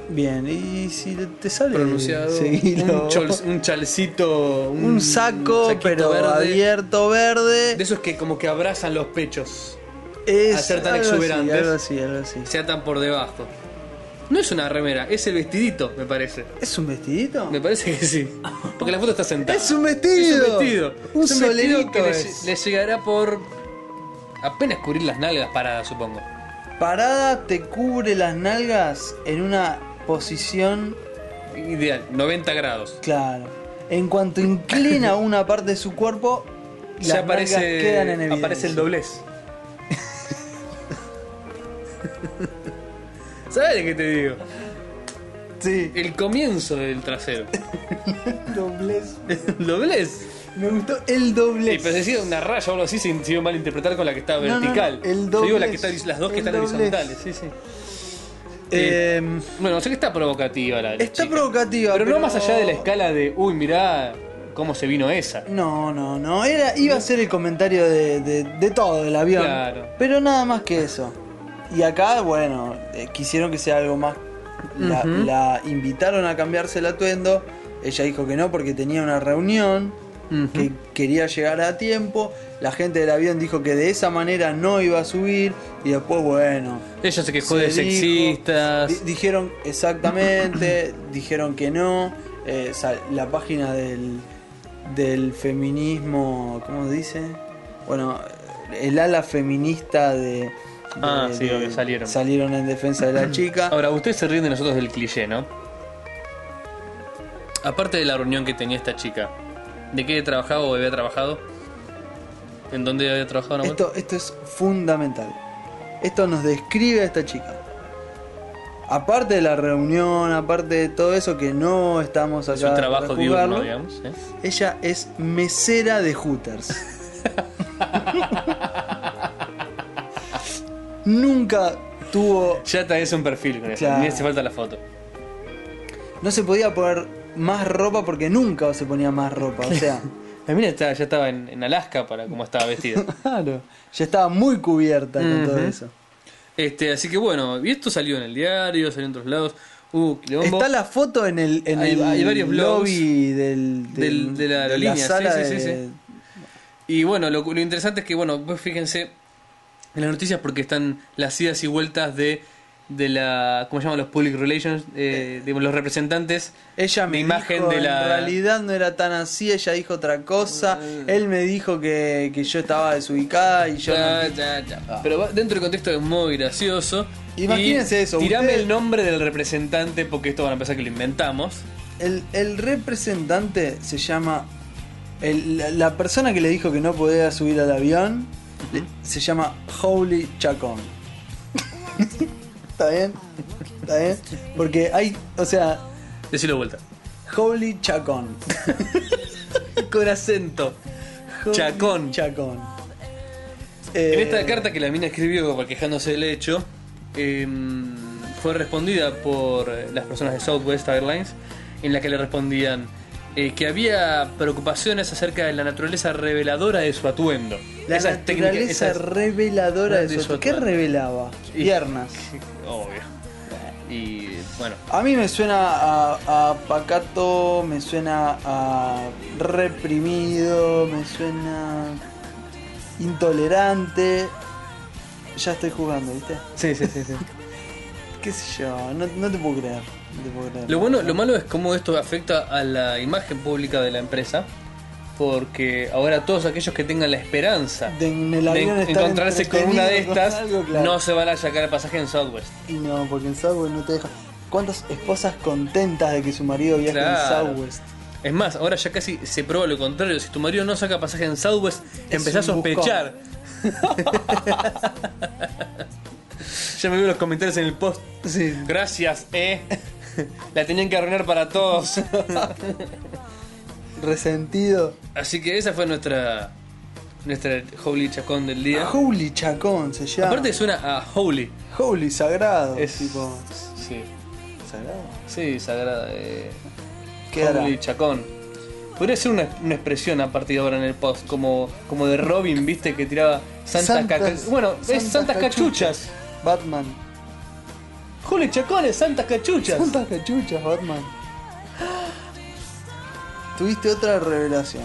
Speaker 2: Bien, y si te sale.
Speaker 1: pronunciado,
Speaker 2: seguilo.
Speaker 1: un, chol- un chalcito, Mm, un,
Speaker 2: Un saco,
Speaker 1: saquito
Speaker 2: pero abierto verde.
Speaker 1: de esos que como que abrazan los pechos,
Speaker 2: es
Speaker 1: a ser tan
Speaker 2: algo así,
Speaker 1: exuberantes.
Speaker 2: algo así, algo así.
Speaker 1: se atan por debajo. No es una remera, es el vestidito, me parece.
Speaker 2: ¿Es un vestidito?
Speaker 1: Me parece que sí. Porque la foto está sentada.
Speaker 2: Es un vestido.
Speaker 1: Es un vestido.
Speaker 2: Un
Speaker 1: Es un vestido
Speaker 2: solerito
Speaker 1: que le,
Speaker 2: es.
Speaker 1: le llegará por apenas cubrir las nalgas paradas, supongo.
Speaker 2: Parada te cubre las nalgas en una posición.
Speaker 1: Ideal, 90 grados.
Speaker 2: Claro. En cuanto inclina una parte de su cuerpo, las
Speaker 1: ya
Speaker 2: nalgas
Speaker 1: aparece,
Speaker 2: quedan en evidencia.
Speaker 1: aparece el doblez. ¿Sabes de qué te digo?
Speaker 2: Sí,
Speaker 1: El comienzo del trasero.
Speaker 2: el doblez.
Speaker 1: El doblez.
Speaker 2: Me gustó el
Speaker 1: Y
Speaker 2: doblez.
Speaker 1: pero decía una raya o algo así se mal malinterpretar con la que está
Speaker 2: No, no,
Speaker 1: vertical.
Speaker 2: no, el
Speaker 1: Yo digo la
Speaker 2: doblez.
Speaker 1: que está, las dos que
Speaker 2: El
Speaker 1: están
Speaker 2: doblez.
Speaker 1: horizontales, sí, sí.
Speaker 2: Eh,
Speaker 1: Bueno, sé que está provocativa la la
Speaker 2: Está
Speaker 1: chica.
Speaker 2: provocativa,
Speaker 1: Pero,
Speaker 2: pero-
Speaker 1: no más allá de la escala de, uy, mirá cómo se vino esa.
Speaker 2: No, no, no. Era, iba a ser el comentario de, de- de todo, del avión.
Speaker 1: Claro.
Speaker 2: Pero nada más que eso. Y acá, bueno, eh, quisieron que sea algo más. La,
Speaker 1: Ujú.
Speaker 2: la invitaron a cambiarse el atuendo. Ella dijo que no porque tenía una reunión.
Speaker 1: Ujú.
Speaker 2: Que quería llegar a tiempo. La gente del avión dijo que de esa manera no iba a subir. Y después, bueno.
Speaker 1: Ella se quejó
Speaker 2: se
Speaker 1: de
Speaker 2: dijo,
Speaker 1: sexistas.
Speaker 2: di- dijeron exactamente, dijeron que no. eh, sal- la página del, del feminismo, ¿cómo se dice? Bueno, el ala feminista de. de-
Speaker 1: Ah, sí,
Speaker 2: de-
Speaker 1: obvio, salieron.
Speaker 2: Salieron en defensa de la chica.
Speaker 1: Ahora, ustedes se ríen de nosotros del cliché, ¿no? Aparte de la reunión que tenía esta chica, ¿de qué trabajaba o había trabajado? ¿En dónde había trabajado? Nahuel?
Speaker 2: Esto, esto es fundamental. Esto nos describe a esta chica. Aparte de la reunión, aparte de todo eso que no estamos acá
Speaker 1: es un
Speaker 2: para
Speaker 1: trabajo
Speaker 2: juzgarlo,
Speaker 1: diurno, digamos. ¿eh?
Speaker 2: Ella es mesera de Hooters. Nunca tuvo.
Speaker 1: Ya tenés un perfil con eso,
Speaker 2: Claro.
Speaker 1: ni hace falta la foto.
Speaker 2: No se podía poner más ropa porque nunca se ponía más ropa. O sea,
Speaker 1: La mina estaba- ya estaba en, en Alaska para cómo estaba vestida.
Speaker 2: claro. Ya estaba muy cubierta con todo
Speaker 1: Ujú.
Speaker 2: eso.
Speaker 1: este, así que bueno, y esto salió en el diario, salió en otros lados. Uh, quilombo.
Speaker 2: Está la foto en el, en
Speaker 1: Hay-
Speaker 2: el
Speaker 1: hay varios blogs
Speaker 2: lobby del,
Speaker 1: del- de la aerolínea, sí, sí, sí, sí. Y bueno, lo, lo interesante es que, bueno, vos fíjense en las noticias porque están las idas y vueltas de, de la, ¿cómo se llaman los public relations? Eh, de los representantes.
Speaker 2: Ella
Speaker 1: de
Speaker 2: me
Speaker 1: imagen
Speaker 2: dijo,
Speaker 1: de la- Ah.
Speaker 2: en realidad no era tan así, ella dijo otra cosa, él me dijo que, que yo estaba desubicada y yo no
Speaker 1: Ya, ya, ya. Ah. Pero va- dentro del contexto es muy gracioso.
Speaker 2: Imagínense
Speaker 1: Y
Speaker 2: eso,
Speaker 1: Tirame
Speaker 2: ustedes-
Speaker 1: el nombre del representante porque esto van a pensar que lo inventamos.
Speaker 2: El, el representante se llama. el- la, la persona que le dijo que no podía subir al avión le- se llama Holy Chacón. ¿Está bien? ¿Está bien? Porque hay. O sea,
Speaker 1: Decilo de vuelta.
Speaker 2: Holy Chacón.
Speaker 1: Con acento.
Speaker 2: Holy
Speaker 1: Chacón.
Speaker 2: Chacón.
Speaker 1: En
Speaker 2: Eh,
Speaker 1: esta carta que la mina escribió quejándose del hecho, eh, fue respondida por eh, las personas de Southwest Airlines, en la que le respondían eh, que había preocupaciones acerca de la naturaleza reveladora de su atuendo.
Speaker 2: La
Speaker 1: Esa es técnica-
Speaker 2: naturaleza
Speaker 1: esa es-
Speaker 2: reveladora de
Speaker 1: de
Speaker 2: su.
Speaker 1: su
Speaker 2: ¿Qué
Speaker 1: atuendo.
Speaker 2: revelaba?
Speaker 1: Y-
Speaker 2: Piernas.
Speaker 1: Obvio. Y bueno,
Speaker 2: A mí me suena a, a pacato, me suena a reprimido, me suena intolerante. Ya estoy jugando, ¿viste?
Speaker 1: sí, sí, sí. sí.
Speaker 2: ¿Qué sé yo? No, no te puedo creer. No te puedo creer.
Speaker 1: Lo bueno, lo malo es cómo esto afecta a la imagen pública de la empresa, porque ahora todos aquellos que tengan la esperanza
Speaker 2: De en el
Speaker 1: de
Speaker 2: avión estar
Speaker 1: encontrarse con una de
Speaker 2: entretenido con
Speaker 1: estas,
Speaker 2: algo, claro.
Speaker 1: no se van a sacar el pasaje en Southwest.
Speaker 2: Y no, porque en Southwest no te deja. ¿Cuántas esposas contentas de que su marido viaje
Speaker 1: Claro.
Speaker 2: en Southwest?
Speaker 1: Es más, ahora ya casi se prueba lo contrario. Si tu marido no saca pasaje en Southwest,
Speaker 2: Es
Speaker 1: empezás a
Speaker 2: un buscón.
Speaker 1: sospechar. ya me veo los comentarios en el post.
Speaker 2: Sí.
Speaker 1: Gracias, eh. La tenían que arruinar para todos.
Speaker 2: Resentido.
Speaker 1: Así que esa fue nuestra nuestra Holy Chacón del día.
Speaker 2: Ah, Holy Chacón se llama.
Speaker 1: Aparte suena a Holy.
Speaker 2: Holy Sagrado.
Speaker 1: Es-
Speaker 2: Es tipo.
Speaker 1: Sí,
Speaker 2: ¿Sagrado?
Speaker 1: sí, sagrada. eh,
Speaker 2: ¿Qué hará?
Speaker 1: Holy Chacón. Podría ser una, una expresión a partir de ahora en el post, como, como de Robin, viste, que tiraba santas,
Speaker 2: Santas-
Speaker 1: caca- Bueno, es
Speaker 2: santas
Speaker 1: santas cachuchas.
Speaker 2: Batman.
Speaker 1: Holy Chacón es santas cachuchas.
Speaker 2: Santas cachuchas, Batman. Tuviste otra revelación.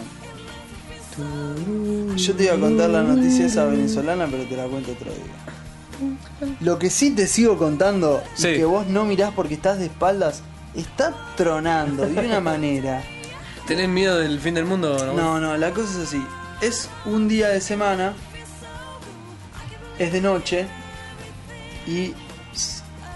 Speaker 2: Yo te iba a contar la noticia esa venezolana, pero te la cuento otro día. Lo que sí te sigo contando, y
Speaker 1: Sí.
Speaker 2: que vos no mirás porque estás de espaldas, está tronando de una manera.
Speaker 1: ¿Tenés miedo del fin del mundo o no?
Speaker 2: No, no, la cosa es así. Es un día de semana, es de noche, y.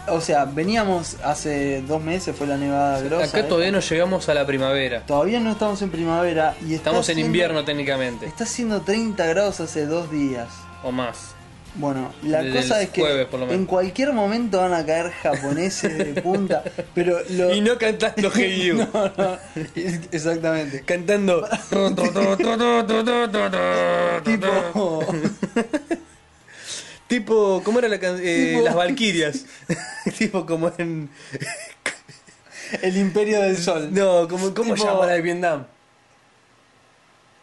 Speaker 2: O sea, veníamos hace dos meses, fue la nevada grosa.
Speaker 1: Acá
Speaker 2: ¿eh?
Speaker 1: todavía no llegamos a la primavera.
Speaker 2: Todavía no estamos en primavera y está
Speaker 1: Estamos en
Speaker 2: haciendo-
Speaker 1: invierno técnicamente,
Speaker 2: Está haciendo 30 grados hace dos días.
Speaker 1: o más.
Speaker 2: Bueno, la
Speaker 1: Desde
Speaker 2: cosa
Speaker 1: el
Speaker 2: es que
Speaker 1: jueves, por lo menos.
Speaker 2: en cualquier momento van a caer japoneses de punta, pero lo...
Speaker 1: Y no cantando Hey You,
Speaker 2: No, no, exactamente.
Speaker 1: cantando.
Speaker 2: Tipo...
Speaker 1: tipo, ¿cómo era la can- eh,
Speaker 2: Tipo-
Speaker 1: Las Valquirias. tipo, como en.
Speaker 2: El imperio del sol.
Speaker 1: No, como, ¿cómo
Speaker 2: Tipo-
Speaker 1: llama la de Vietnam?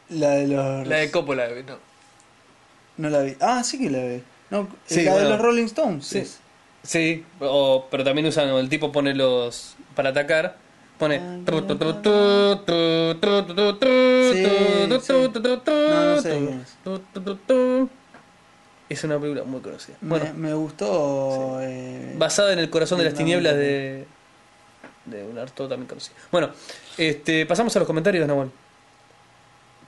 Speaker 2: La de los...
Speaker 1: La de Coppola. No.
Speaker 2: No la vi. Ah, sí que la vi. No,
Speaker 1: Sí,
Speaker 2: la
Speaker 1: bueno.
Speaker 2: de los Rolling Stones.
Speaker 1: Sí.
Speaker 2: es.
Speaker 1: Sí, o- pero también usan. El tipo pone los. Para atacar. Pone.
Speaker 2: Ah, Sí, sí. No, no sé quién es.
Speaker 1: Es una película muy conocida.
Speaker 2: Me-
Speaker 1: Bueno,
Speaker 2: me, gustó... eh,
Speaker 1: Basada en el corazón de las
Speaker 2: No,
Speaker 1: tinieblas
Speaker 2: no, no.
Speaker 1: de. de un arto también conocido. Bueno, este, pasamos a los comentarios, Nahuel.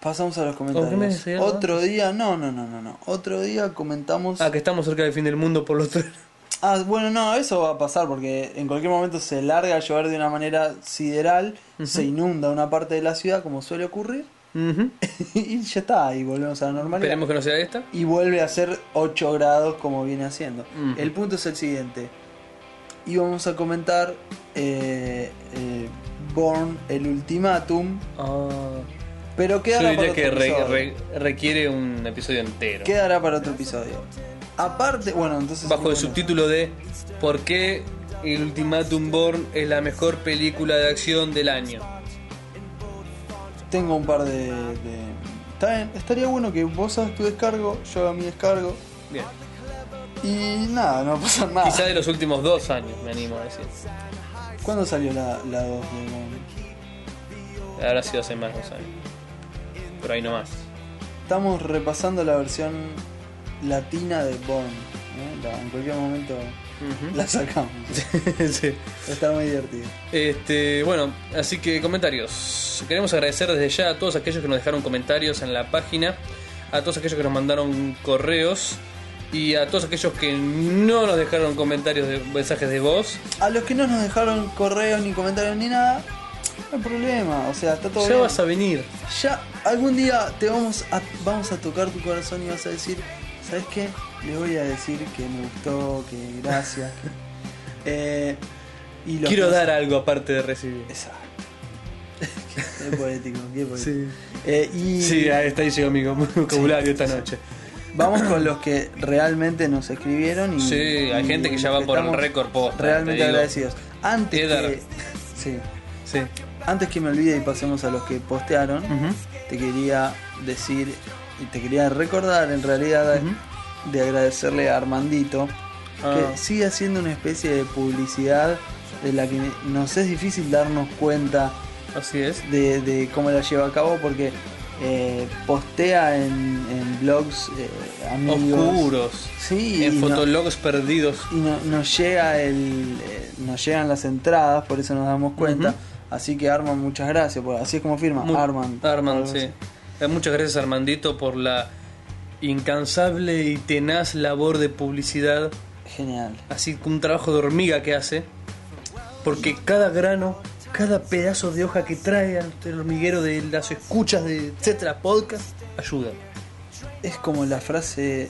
Speaker 2: Pasamos a los
Speaker 1: ¿O qué me
Speaker 2: comentarios.
Speaker 1: decías,
Speaker 2: Otro día, no, no, no, no, no. Otro día comentamos.
Speaker 1: Ah,
Speaker 2: Ah,
Speaker 1: que estamos cerca del fin del mundo por los tres.
Speaker 2: bueno, no, eso va a pasar porque en cualquier momento se larga a llover de una manera sideral, se inunda una parte de la ciudad como suele ocurrir
Speaker 1: Ujú.
Speaker 2: y ya está, y volvemos a la normalidad.
Speaker 1: Esperemos que no sea esta.
Speaker 2: Y vuelve a ser 8 grados como viene haciendo.
Speaker 1: Ujú.
Speaker 2: El punto es el siguiente. Y vamos a comentar eh, eh, Born, el ultimátum,
Speaker 1: Ah,
Speaker 2: pero
Speaker 1: yo
Speaker 2: quedará para
Speaker 1: diría
Speaker 2: otro
Speaker 1: que re-
Speaker 2: episodio.
Speaker 1: re- requiere un episodio entero.
Speaker 2: Quedará para otro episodio. Aparte, bueno, entonces...
Speaker 1: Bajo el
Speaker 2: bueno,
Speaker 1: subtítulo de ¿Por qué el Ultimatum Born es la mejor película de acción del año?
Speaker 2: Tengo un par de. de- Está bien, estaría bueno que vos hagas tu descargo, yo haga mi descargo.
Speaker 1: Bien.
Speaker 2: Y nada, no pasa nada.
Speaker 1: Quizá de los últimos dos años, me animo a decir.
Speaker 2: ¿Cuándo salió la, la 2 de Bond?
Speaker 1: Habrá sido hace más de dos años. Pero ahí nomás.
Speaker 2: Estamos repasando la versión latina de Bond. ¿eh? La- en cualquier momento
Speaker 1: Ujú.
Speaker 2: la sacamos.
Speaker 1: sí.
Speaker 2: Está muy divertido.
Speaker 1: Este, bueno, así que comentarios. Queremos agradecer desde ya a todos aquellos que nos dejaron comentarios en la página, a todos aquellos que nos mandaron correos y a todos aquellos que no nos dejaron comentarios de mensajes de voz.
Speaker 2: A los que no nos dejaron correos, ni comentarios, ni nada, no hay problema. O sea, está todo
Speaker 1: Ya
Speaker 2: bien.
Speaker 1: vas a venir.
Speaker 2: Ya algún día te vamos a, vamos a tocar tu corazón y vas a decir, ¿sabes qué? Le voy a decir que me gustó, que gracias. Eh, y los
Speaker 1: Quiero
Speaker 2: que-
Speaker 1: dar algo aparte de recibir.
Speaker 2: Exacto. qué poético, qué poético. Eh, y
Speaker 1: Sí, ahí está ahí llegó mi vocabulario esta noche.
Speaker 2: vamos con los que realmente nos escribieron. Y,
Speaker 1: Sí, hay
Speaker 2: y
Speaker 1: gente que
Speaker 2: los
Speaker 1: ya va por el
Speaker 2: estamos
Speaker 1: récord posta, te
Speaker 2: Realmente
Speaker 1: digo.
Speaker 2: agradecidos. Antes
Speaker 1: Edar.
Speaker 2: que, sí,
Speaker 1: Sí.
Speaker 2: antes que me olvide y pasemos a los que postearon. te quería decir y te quería recordar en realidad de agradecerle a Armandito
Speaker 1: Ah.
Speaker 2: que sigue haciendo una especie de publicidad de la que nos es difícil darnos cuenta
Speaker 1: Así es.
Speaker 2: de, de cómo la lleva a cabo porque eh, postea en, en blogs eh, amigos
Speaker 1: Oscuros.
Speaker 2: sí, y
Speaker 1: En
Speaker 2: no-
Speaker 1: fotologs perdidos.
Speaker 2: y no- nos llega el eh, nos llegan las entradas por eso nos damos cuenta
Speaker 1: Ujú.
Speaker 2: así que Arman muchas gracias por- así es como firma
Speaker 1: Mu-
Speaker 2: Arman
Speaker 1: Armand, sí. Eh, Muchas gracias Armandito por la incansable y tenaz labor de publicidad,
Speaker 2: genial
Speaker 1: así como un trabajo de hormiga que hace, porque cada grano, cada pedazo de hoja que trae al el hormiguero de las escuchas de etcétera podcast ayuda.
Speaker 2: Es como la frase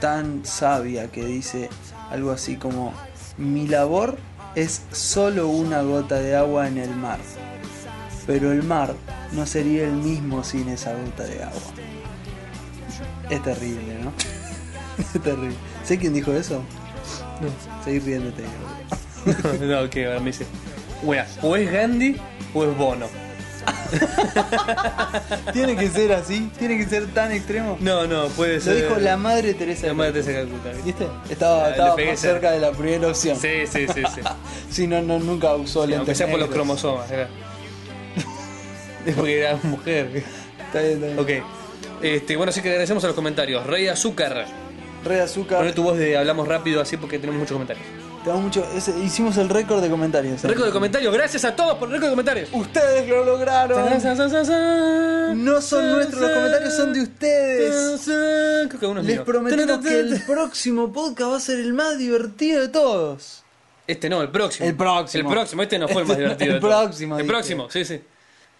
Speaker 2: tan sabia que dice algo así como mi labor es solo una gota de agua en el mar, pero el mar no sería el mismo sin esa gota de agua. Es terrible, ¿no? es terrible. ¿Sé quién dijo eso?
Speaker 1: No.
Speaker 2: Seguir riéndote.
Speaker 1: no, que ahora me dice. Wea, o es Gandhi o es Bono.
Speaker 2: Tiene que ser así, tiene que ser tan extremo.
Speaker 1: No, no, puede
Speaker 2: Lo
Speaker 1: ser.
Speaker 2: dijo la madre Teresa. de
Speaker 1: La madre
Speaker 2: Calcuta.
Speaker 1: Teresa de Calcuta.
Speaker 2: ¿Viste?
Speaker 1: Ah,
Speaker 2: Estaba,
Speaker 1: le
Speaker 2: estaba
Speaker 1: pegué
Speaker 2: más
Speaker 1: cerca.
Speaker 2: cerca de la primera opción. Sí,
Speaker 1: Sí, sí, sí, sí.
Speaker 2: no, no, nunca usó lentes.
Speaker 1: Aunque sea por los
Speaker 2: negros.
Speaker 1: cromosomas, era. Es porque era mujer.
Speaker 2: Está bien, está bien.
Speaker 1: Ok. Este, bueno, así que agradecemos a los comentarios. Rey Azúcar.
Speaker 2: Red Azúcar.
Speaker 1: Poné tu voz de hablamos rápido así porque tenemos muchos comentarios.
Speaker 2: Te amo mucho. Ese- hicimos el récord de comentarios. ¿eh?
Speaker 1: Récord de comentarios. Gracias a todos por el récord de comentarios.
Speaker 2: Ustedes lo lograron. No son nuestros los comentarios, son de ustedes.
Speaker 1: Creo que uno es
Speaker 2: Les
Speaker 1: mío.
Speaker 2: prometemos que el próximo podcast va a ser el más divertido de todos.
Speaker 1: Este no, el próximo.
Speaker 2: El próximo.
Speaker 1: El próximo, este no fue el más
Speaker 2: Este-
Speaker 1: divertido.
Speaker 2: el
Speaker 1: de todos.
Speaker 2: próximo,
Speaker 1: El
Speaker 2: dije.
Speaker 1: próximo, sí, sí.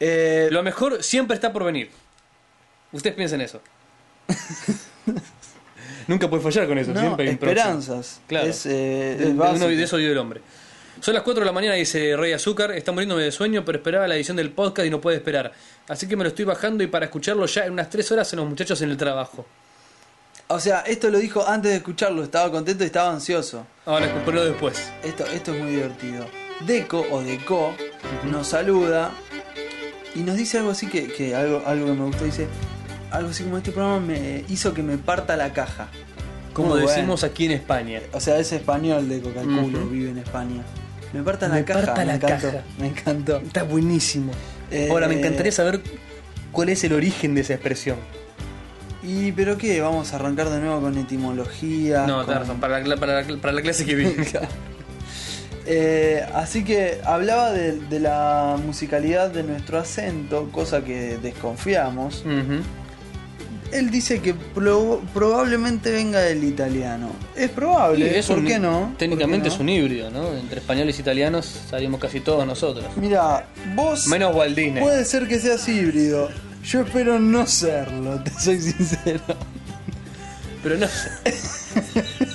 Speaker 2: Eh,
Speaker 1: Lo mejor siempre está por venir. Ustedes piensen eso. Nunca puedes fallar con eso.
Speaker 2: no,
Speaker 1: siempre hay un próximo.
Speaker 2: esperanzas.
Speaker 1: Claro.
Speaker 2: Es, eh,
Speaker 1: De,
Speaker 2: es
Speaker 1: de
Speaker 2: básico.
Speaker 1: uno- de eso vive el hombre. Son las 4 de la mañana, dice Rey Azúcar. Está muriéndome de sueño, pero esperaba la edición del podcast y no puede esperar. Así que me lo estoy bajando y para escucharlo ya en unas 3 horas en los muchachos en el trabajo.
Speaker 2: O sea, esto lo dijo antes de escucharlo. Estaba contento y estaba ansioso.
Speaker 1: Ahora, comprarlo después.
Speaker 2: Esto, esto es muy divertido. Deco o Deco nos saluda y nos dice algo así que, que algo, algo que me gustó. Dice algo así como este programa me hizo que me parta la caja.
Speaker 1: Como
Speaker 2: Muy bueno.
Speaker 1: decimos aquí en España.
Speaker 2: O sea, es español Deco, calculo,
Speaker 1: Ujú.
Speaker 2: vive en España. Me parta la
Speaker 1: Me
Speaker 2: caja.
Speaker 1: parta
Speaker 2: me
Speaker 1: la
Speaker 2: encantó,
Speaker 1: caja.
Speaker 2: Me encantó.
Speaker 1: Está buenísimo.
Speaker 2: Eh,
Speaker 1: Ahora, me encantaría saber cuál es el origen de esa expresión.
Speaker 2: ¿Y pero qué? Vamos a arrancar de nuevo con etimología.
Speaker 1: No, tenés razón, para la, para la- para la clase que vi.
Speaker 2: Eh, así que hablaba de, de la musicalidad de nuestro acento, cosa que desconfiamos.
Speaker 1: Ujú.
Speaker 2: Él dice que prob- probablemente venga del italiano. Es
Speaker 1: Sí,
Speaker 2: probable,
Speaker 1: es
Speaker 2: ¿por
Speaker 1: un-
Speaker 2: qué no?
Speaker 1: Técnicamente
Speaker 2: ¿Por qué
Speaker 1: es un híbrido, ¿no? Entre españoles y italianos salimos casi todos nosotros.
Speaker 2: no? Mira, vos
Speaker 1: Menos Walt Disney.
Speaker 2: puede ser que seas híbrido. Yo espero no serlo, te soy sincero.
Speaker 1: Pero no.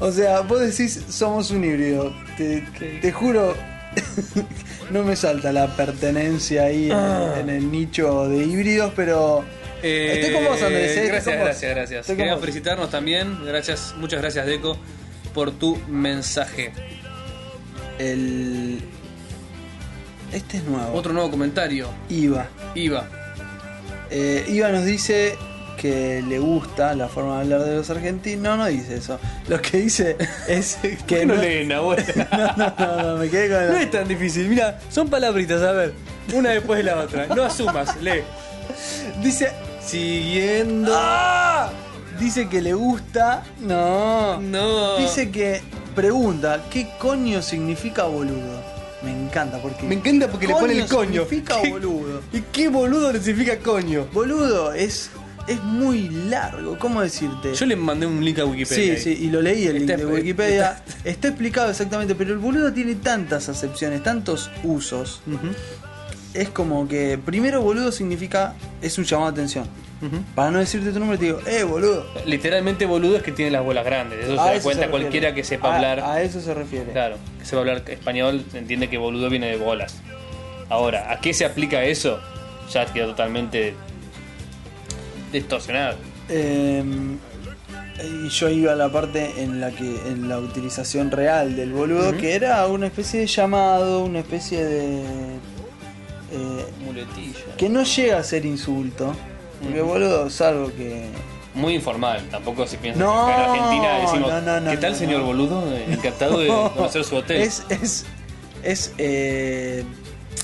Speaker 2: O sea, vos decís somos un híbrido. Te, te juro, no me salta la pertenencia ahí en-
Speaker 1: Ah.
Speaker 2: en, el nicho de híbridos, pero... Estoy con vos, Andrés, eh, estoy
Speaker 1: Gracias,
Speaker 2: con vos.
Speaker 1: gracias, gracias.
Speaker 2: Estoy con
Speaker 1: Quería
Speaker 2: vos.
Speaker 1: felicitarnos también. Gracias, muchas gracias, Deco, por tu mensaje.
Speaker 2: El... Este es nuevo.
Speaker 1: Otro nuevo comentario.
Speaker 2: IVA.
Speaker 1: Iba.
Speaker 2: Eh, Iva nos dice que le gusta la forma de hablar de los argentinos. No, no dice eso. Lo que dice es que no. No, no, no, no, me quedé con
Speaker 1: No
Speaker 2: la-
Speaker 1: es tan difícil. Mira, son palabritas, a ver. Una después de la otra. No asumas, lee.
Speaker 2: Dice.
Speaker 1: Siguiendo.
Speaker 2: ¡Ah! Dice que le gusta. No.
Speaker 1: No.
Speaker 2: Dice que. Pregunta, ¿qué coño significa boludo? Me encanta porque.
Speaker 1: Me encanta porque le pone el coño.
Speaker 2: significa
Speaker 1: ¿Qué-
Speaker 2: boludo.
Speaker 1: ¿Y qué boludo le significa coño?
Speaker 2: Boludo es. Es muy largo, ¿cómo decirte?
Speaker 1: Yo le mandé un link a
Speaker 2: Sí,
Speaker 1: Wikipedia.
Speaker 2: sí, y lo leí el link
Speaker 1: Está-
Speaker 2: de Wikipedia. Está, explicado exactamente, pero el boludo tiene tantas acepciones, tantos usos.
Speaker 1: Ujú,
Speaker 2: Es como que primero boludo significa es un llamado de atención.
Speaker 1: ujú.
Speaker 2: Para no decirte tu nombre te digo, eh boludo.
Speaker 1: Literalmente boludo es que tiene las bolas grandes. Eso
Speaker 2: A
Speaker 1: se da
Speaker 2: eso
Speaker 1: cuenta
Speaker 2: se refiere. Ah,
Speaker 1: cualquiera que sepa
Speaker 2: A-
Speaker 1: hablar.
Speaker 2: A, eso se refiere.
Speaker 1: Claro, que sepa hablar español se entiende que boludo viene de bolas. Ahora, ¿a qué se aplica eso? Ya queda totalmente distorsionado.
Speaker 2: Em, y yo iba a la parte en la que en la utilización real del boludo,
Speaker 1: Ujú.
Speaker 2: que era una especie de llamado, una especie de eh,
Speaker 1: Muletilla.
Speaker 2: que no llega a ser insulto. Porque
Speaker 1: Ujú.
Speaker 2: boludo, salvo que
Speaker 1: Muy informal, tampoco se piensa
Speaker 2: No,
Speaker 1: que acá en Argentina decimos,
Speaker 2: no, no, no,
Speaker 1: ¿qué tal
Speaker 2: no,
Speaker 1: señor
Speaker 2: no.
Speaker 1: boludo? Eh, Encantado de conocer su hotel.
Speaker 2: Es, es, es eh,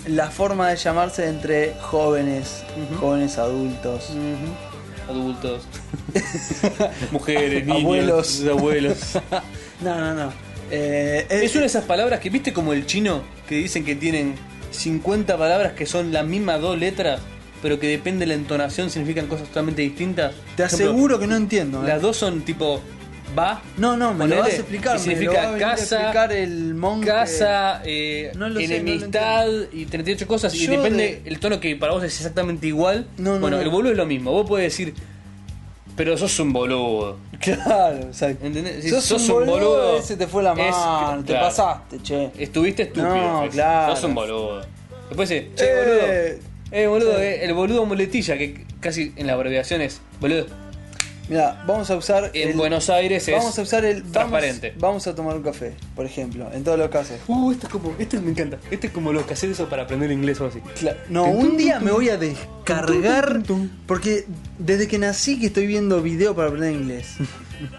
Speaker 2: la forma de llamarse entre jóvenes,
Speaker 1: Ujú.
Speaker 2: jóvenes adultos.
Speaker 1: Ujú. Adultos, mujeres, niños,
Speaker 2: Abuelos.
Speaker 1: abuelos.
Speaker 2: No, no, no. Eh, es-
Speaker 1: Es una de esas palabras que, viste como el chino, que dicen que tienen 50 palabras que son las mismas dos letras, pero que depende de la entonación significan cosas totalmente distintas.
Speaker 2: te
Speaker 1: Por ejemplo,
Speaker 2: aseguro que no entiendo. eh.
Speaker 1: Las dos son tipo va,
Speaker 2: No, no, me lo
Speaker 1: Ponele,
Speaker 2: vas a explicar. me
Speaker 1: que
Speaker 2: lo
Speaker 1: significa
Speaker 2: va a venir a
Speaker 1: casa,
Speaker 2: explicar el monje.
Speaker 1: casa, eh,
Speaker 2: No lo sé, no lo
Speaker 1: enemistad y 38 cosas. y
Speaker 2: Yo
Speaker 1: depende
Speaker 2: de-
Speaker 1: el tono que para vos es exactamente igual.
Speaker 2: No, no,
Speaker 1: bueno,
Speaker 2: no.
Speaker 1: el boludo es lo mismo. Vos podés decir, pero sos un boludo.
Speaker 2: Claro, exacto.
Speaker 1: ¿Entendés? Si
Speaker 2: sos, un boludo, ese te fue la
Speaker 1: es-
Speaker 2: mano, te
Speaker 1: claro.
Speaker 2: pasaste, che.
Speaker 1: Estuviste estúpido.
Speaker 2: No,
Speaker 1: pues.
Speaker 2: claro.
Speaker 1: Sos un boludo. Después dice, che,
Speaker 2: Eh,
Speaker 1: boludo. Eh, boludo, eh, el boludo muletilla, que casi en la abreviación es, boludo,
Speaker 2: Mira, vamos a usar.
Speaker 1: en
Speaker 2: el-
Speaker 1: Buenos Aires es...
Speaker 2: Vamos a usar el. vamos-
Speaker 1: transparente.
Speaker 2: Vamos, a tomar un café, por ejemplo, en todos los casos.
Speaker 1: Uh, esto es como, este me encanta. Este es como los que hacen eso para aprender inglés o así.
Speaker 2: No, un día me voy a descargar. Porque desde que nací que estoy viendo video para aprender inglés.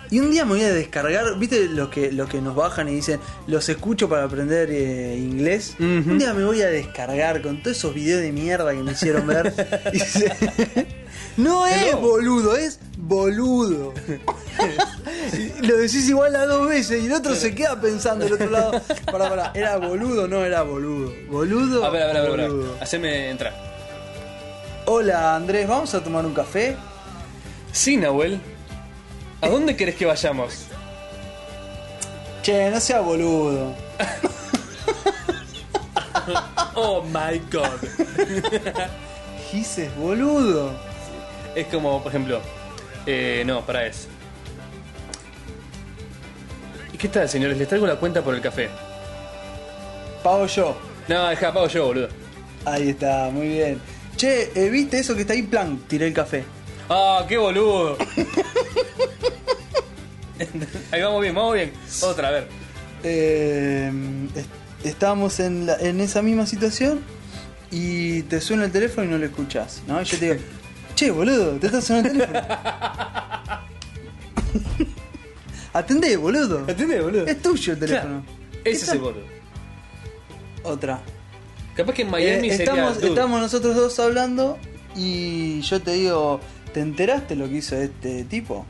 Speaker 2: Y un día me voy a descargar, ¿viste? Los que, los que nos bajan y dicen, los escucho para aprender eh, inglés.
Speaker 1: Ujú.
Speaker 2: Un día me voy a descargar con todos esos videos de mierda que me hicieron ver. Y se- No es
Speaker 1: Hello.
Speaker 2: boludo, es boludo. Y Lo decís igual a dos veces y el otro se queda pensando, el otro lado. Pará, pará, era boludo, no era boludo. Boludo.
Speaker 1: A ver, a ver, a ver, a ver.
Speaker 2: boludo.
Speaker 1: Haceme entrar.
Speaker 2: Hola Andrés, ¿vamos a tomar un café?
Speaker 1: Sí, Nahuel. ¿A dónde querés que vayamos?
Speaker 2: Che, no sea boludo.
Speaker 1: Oh my god.
Speaker 2: Gises, boludo.
Speaker 1: Es como, por ejemplo, eh, no, para eso. ¿Y qué tal, señores? Les traigo la cuenta por el café.
Speaker 2: Pago yo.
Speaker 1: No, deja, pago yo, boludo.
Speaker 2: Ahí está, muy bien. Che, eh, ¿viste eso que está ahí? Plan, tiré el café.
Speaker 1: ¡Ah, qué boludo! Ahí vamos bien, vamos bien. Otra, a ver.
Speaker 2: Eh, es- estábamos en, la- en esa misma situación y te suena el teléfono y no lo escuchás, ¿no? Y yo te digo, che, boludo, te está sonando el teléfono. Atendé, boludo.
Speaker 1: ¿Entendés, boludo?
Speaker 2: Es tuyo el teléfono.
Speaker 1: Ese es el boludo.
Speaker 2: Otra.
Speaker 1: Capaz que en
Speaker 2: Eh,
Speaker 1: Miami sería.
Speaker 2: estamos,
Speaker 1: dude.
Speaker 2: estamos nosotros dos hablando y yo te digo, ¿te enteraste lo que hizo este tipo?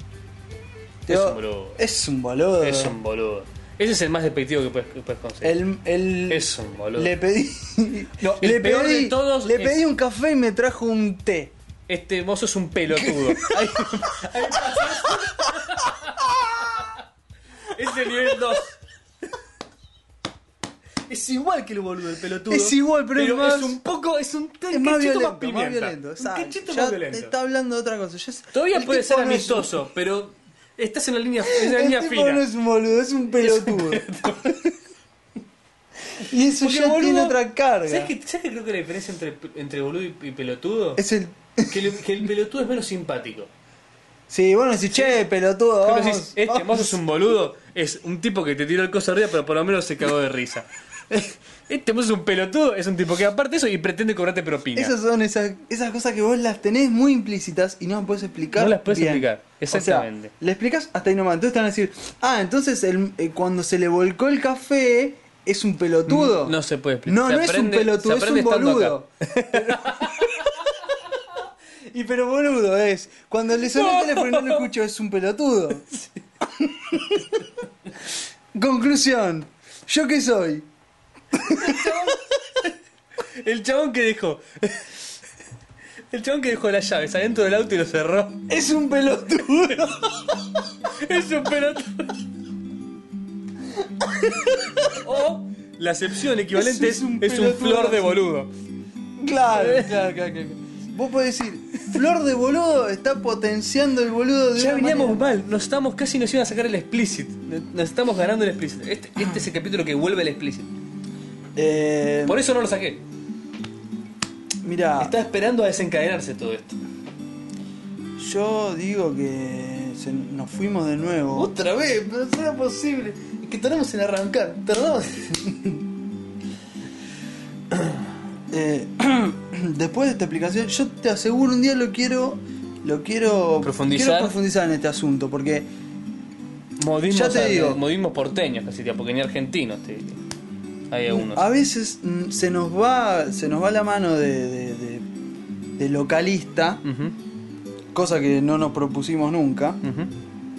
Speaker 2: Te
Speaker 1: Es
Speaker 2: digo,
Speaker 1: un boludo.
Speaker 2: Es un boludo.
Speaker 1: Es un boludo. Ese es el más despectivo que puedes, que puedes conseguir.
Speaker 2: El- el-
Speaker 1: Es un boludo.
Speaker 2: Le pedí,
Speaker 1: No, el
Speaker 2: le
Speaker 1: peor
Speaker 2: pedí,
Speaker 1: de todos
Speaker 2: le
Speaker 1: es-
Speaker 2: pedí un café y me trajo un té.
Speaker 1: Este mozo es un pelotudo. Ahí- ahí pasa eso. es el nivel 2. Es igual que el boludo, el pelotudo.
Speaker 2: Es igual, pero es más-
Speaker 1: un poco, es un
Speaker 2: Es más
Speaker 1: cachito
Speaker 2: violento,
Speaker 1: pimienta.
Speaker 2: más violento.
Speaker 1: Un
Speaker 2: exacto.
Speaker 1: cachito
Speaker 2: Ya
Speaker 1: más
Speaker 2: te
Speaker 1: violento.
Speaker 2: está hablando de otra cosa. Ya es-
Speaker 1: Todavía
Speaker 2: el
Speaker 1: puede
Speaker 2: tipo
Speaker 1: ser
Speaker 2: no es un-
Speaker 1: amistoso, pero estás en la línea, en la
Speaker 2: el
Speaker 1: línea
Speaker 2: tipo
Speaker 1: fina.
Speaker 2: no es un boludo, es un pelotudo. y eso
Speaker 1: Porque,
Speaker 2: ya tiene
Speaker 1: boludo,
Speaker 2: otra carga.
Speaker 1: ¿Sabes qué, sabes qué creo que la diferencia entre, entre boludo y, y pelotudo?
Speaker 2: Es el...
Speaker 1: Que, el- que el pelotudo es menos simpático.
Speaker 2: Sí, bueno, decís, che, pelotudo,
Speaker 1: Pero
Speaker 2: vamos,
Speaker 1: decís, este
Speaker 2: vamos".
Speaker 1: mozo es un boludo, es un tipo que te tiró el coso arriba, pero por lo menos se cagó de risa. Este mozo es un pelotudo, es un tipo que aparte eso y pretende cobrarte propina.
Speaker 2: Esas son esas, esas cosas que vos las tenés muy implícitas y no las podés explicar.
Speaker 1: No las podés
Speaker 2: bien.
Speaker 1: explicar, exactamente.
Speaker 2: O sea, le explicas hasta ahí nomás. Entonces te van a decir, ah, entonces el- eh, cuando se le volcó el café es un pelotudo.
Speaker 1: Mm, No se puede explicar.
Speaker 2: No,
Speaker 1: Se
Speaker 2: no
Speaker 1: aprende-
Speaker 2: es un pelotudo,
Speaker 1: se
Speaker 2: es
Speaker 1: aprende
Speaker 2: un
Speaker 1: estando
Speaker 2: boludo. y pero boludo es, cuando le suena el teléfono y no lo escucho es un pelotudo. Conclusión, ¿yo qué soy?
Speaker 1: El chabón que dejó. El chabón que dejó las llaves adentro del auto y lo cerró.
Speaker 2: Es un pelotudo.
Speaker 1: Es un pelotudo. O la acepción equivalente
Speaker 2: Es
Speaker 1: es,
Speaker 2: un
Speaker 1: es un
Speaker 2: pelotudo.
Speaker 1: flor de boludo.
Speaker 2: Claro, claro, claro, claro. Vos podés decir, Flor de boludo está potenciando el boludo de
Speaker 1: Ya
Speaker 2: una
Speaker 1: veníamos
Speaker 2: manera.
Speaker 1: mal, nos estamos casi nos iban a sacar el explicit. Nos estamos ganando el explicit. Este, este es el capítulo que vuelve el explicit.
Speaker 2: Eh,
Speaker 1: Por eso no lo saqué.
Speaker 2: Mira,
Speaker 1: Está esperando a desencadenarse todo esto.
Speaker 2: yo digo que se- nos fuimos de nuevo.
Speaker 1: Otra vez, pero será posible. Es que tardamos en arrancar. Tardamos.
Speaker 2: Eh, después de esta explicación, yo te aseguro un día lo quiero, lo quiero
Speaker 1: Profundizar.
Speaker 2: quiero profundizar en este asunto porque
Speaker 1: Modismos,
Speaker 2: Ya te
Speaker 1: ar-
Speaker 2: digo.
Speaker 1: modismos porteños casi, tía, porque ni argentinos te diría. Hay algunos.
Speaker 2: a veces mm, se nos va, se nos va la mano de, de- de- de localista,
Speaker 1: Ujú,
Speaker 2: cosa que no nos propusimos nunca,
Speaker 1: ujú.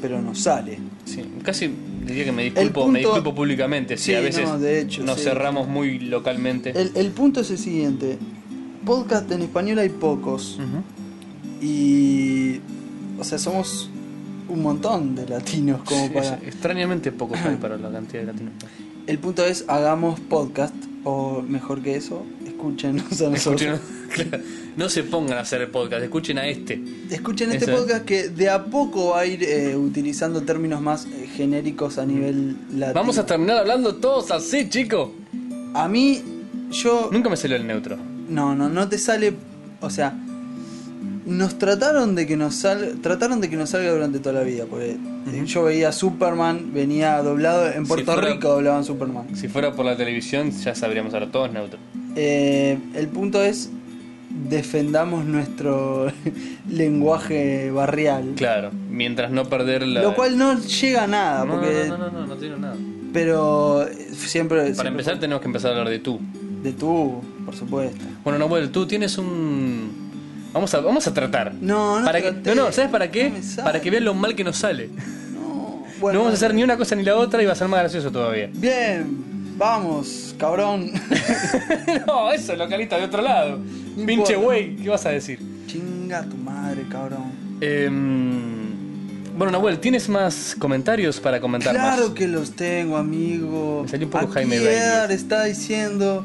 Speaker 2: pero nos sale.
Speaker 1: Sí, casi diría que me
Speaker 2: El
Speaker 1: disculpo,
Speaker 2: punto-
Speaker 1: me disculpo públicamente. Si
Speaker 2: Sí,
Speaker 1: a veces
Speaker 2: no, de hecho,
Speaker 1: nos
Speaker 2: sí.
Speaker 1: cerramos muy localmente.
Speaker 2: El, el punto es el siguiente. Podcast en español hay pocos.
Speaker 1: Ujú.
Speaker 2: Y. O sea, somos un montón de latinos como
Speaker 1: Sí,
Speaker 2: para.
Speaker 1: es- extrañamente pocos hay para la cantidad de latinos.
Speaker 2: El punto es hagamos podcast. O mejor que eso, escúchenos a nosotros.
Speaker 1: Escuchen- claro, no se pongan a hacer el podcast, escuchen a este.
Speaker 2: Escuchen este
Speaker 1: Eso.
Speaker 2: podcast que de a poco va a ir eh, utilizando términos más eh, genéricos a nivel latino.
Speaker 1: Vamos a terminar hablando todos así, chicos.
Speaker 2: A mí, yo.
Speaker 1: Nunca me salió el neutro.
Speaker 2: No, no, no te sale o sea, nos trataron de que nos sal, trataron de que nos salga durante toda la vida, porque eh, yo veía Superman, venía doblado, en Puerto
Speaker 1: fuera-
Speaker 2: Rico doblaban Superman.
Speaker 1: Si fuera por la televisión, ya sabríamos ahora todos, Neutro.
Speaker 2: Eh, el punto es defendamos nuestro lenguaje barrial.
Speaker 1: Claro, mientras no perder la.
Speaker 2: Lo cual no llega a nada,
Speaker 1: No, no,
Speaker 2: porque
Speaker 1: no, no, no, no, tiene nada.
Speaker 2: pero eh, siempre
Speaker 1: Para
Speaker 2: siempre
Speaker 1: empezar, tenemos que empezar a hablar de tú.
Speaker 2: de tú, por supuesto.
Speaker 1: Bueno, Nahuel, tú tienes un. Vamos a, vamos a tratar.
Speaker 2: No, no
Speaker 1: Para que-
Speaker 2: traté.
Speaker 1: no, no, ¿sabes para qué?
Speaker 2: No me sale.
Speaker 1: para que vean lo mal que nos sale.
Speaker 2: No,
Speaker 1: no vamos a hacer ni una cosa ni la otra y va a ser más gracioso todavía.
Speaker 2: Bien, vamos, cabrón.
Speaker 1: no, eso, localista de otro lado. Pinche
Speaker 2: importa.
Speaker 1: güey, ¿qué vas a decir?
Speaker 2: Chinga tu madre, cabrón.
Speaker 1: Em, bueno, Nahuel, ¿tienes más comentarios para comentar más?
Speaker 2: Claro que los tengo, amigo.
Speaker 1: Me salió un poco
Speaker 2: Aquí
Speaker 1: Jaime Bailey.
Speaker 2: Edgar está diciendo.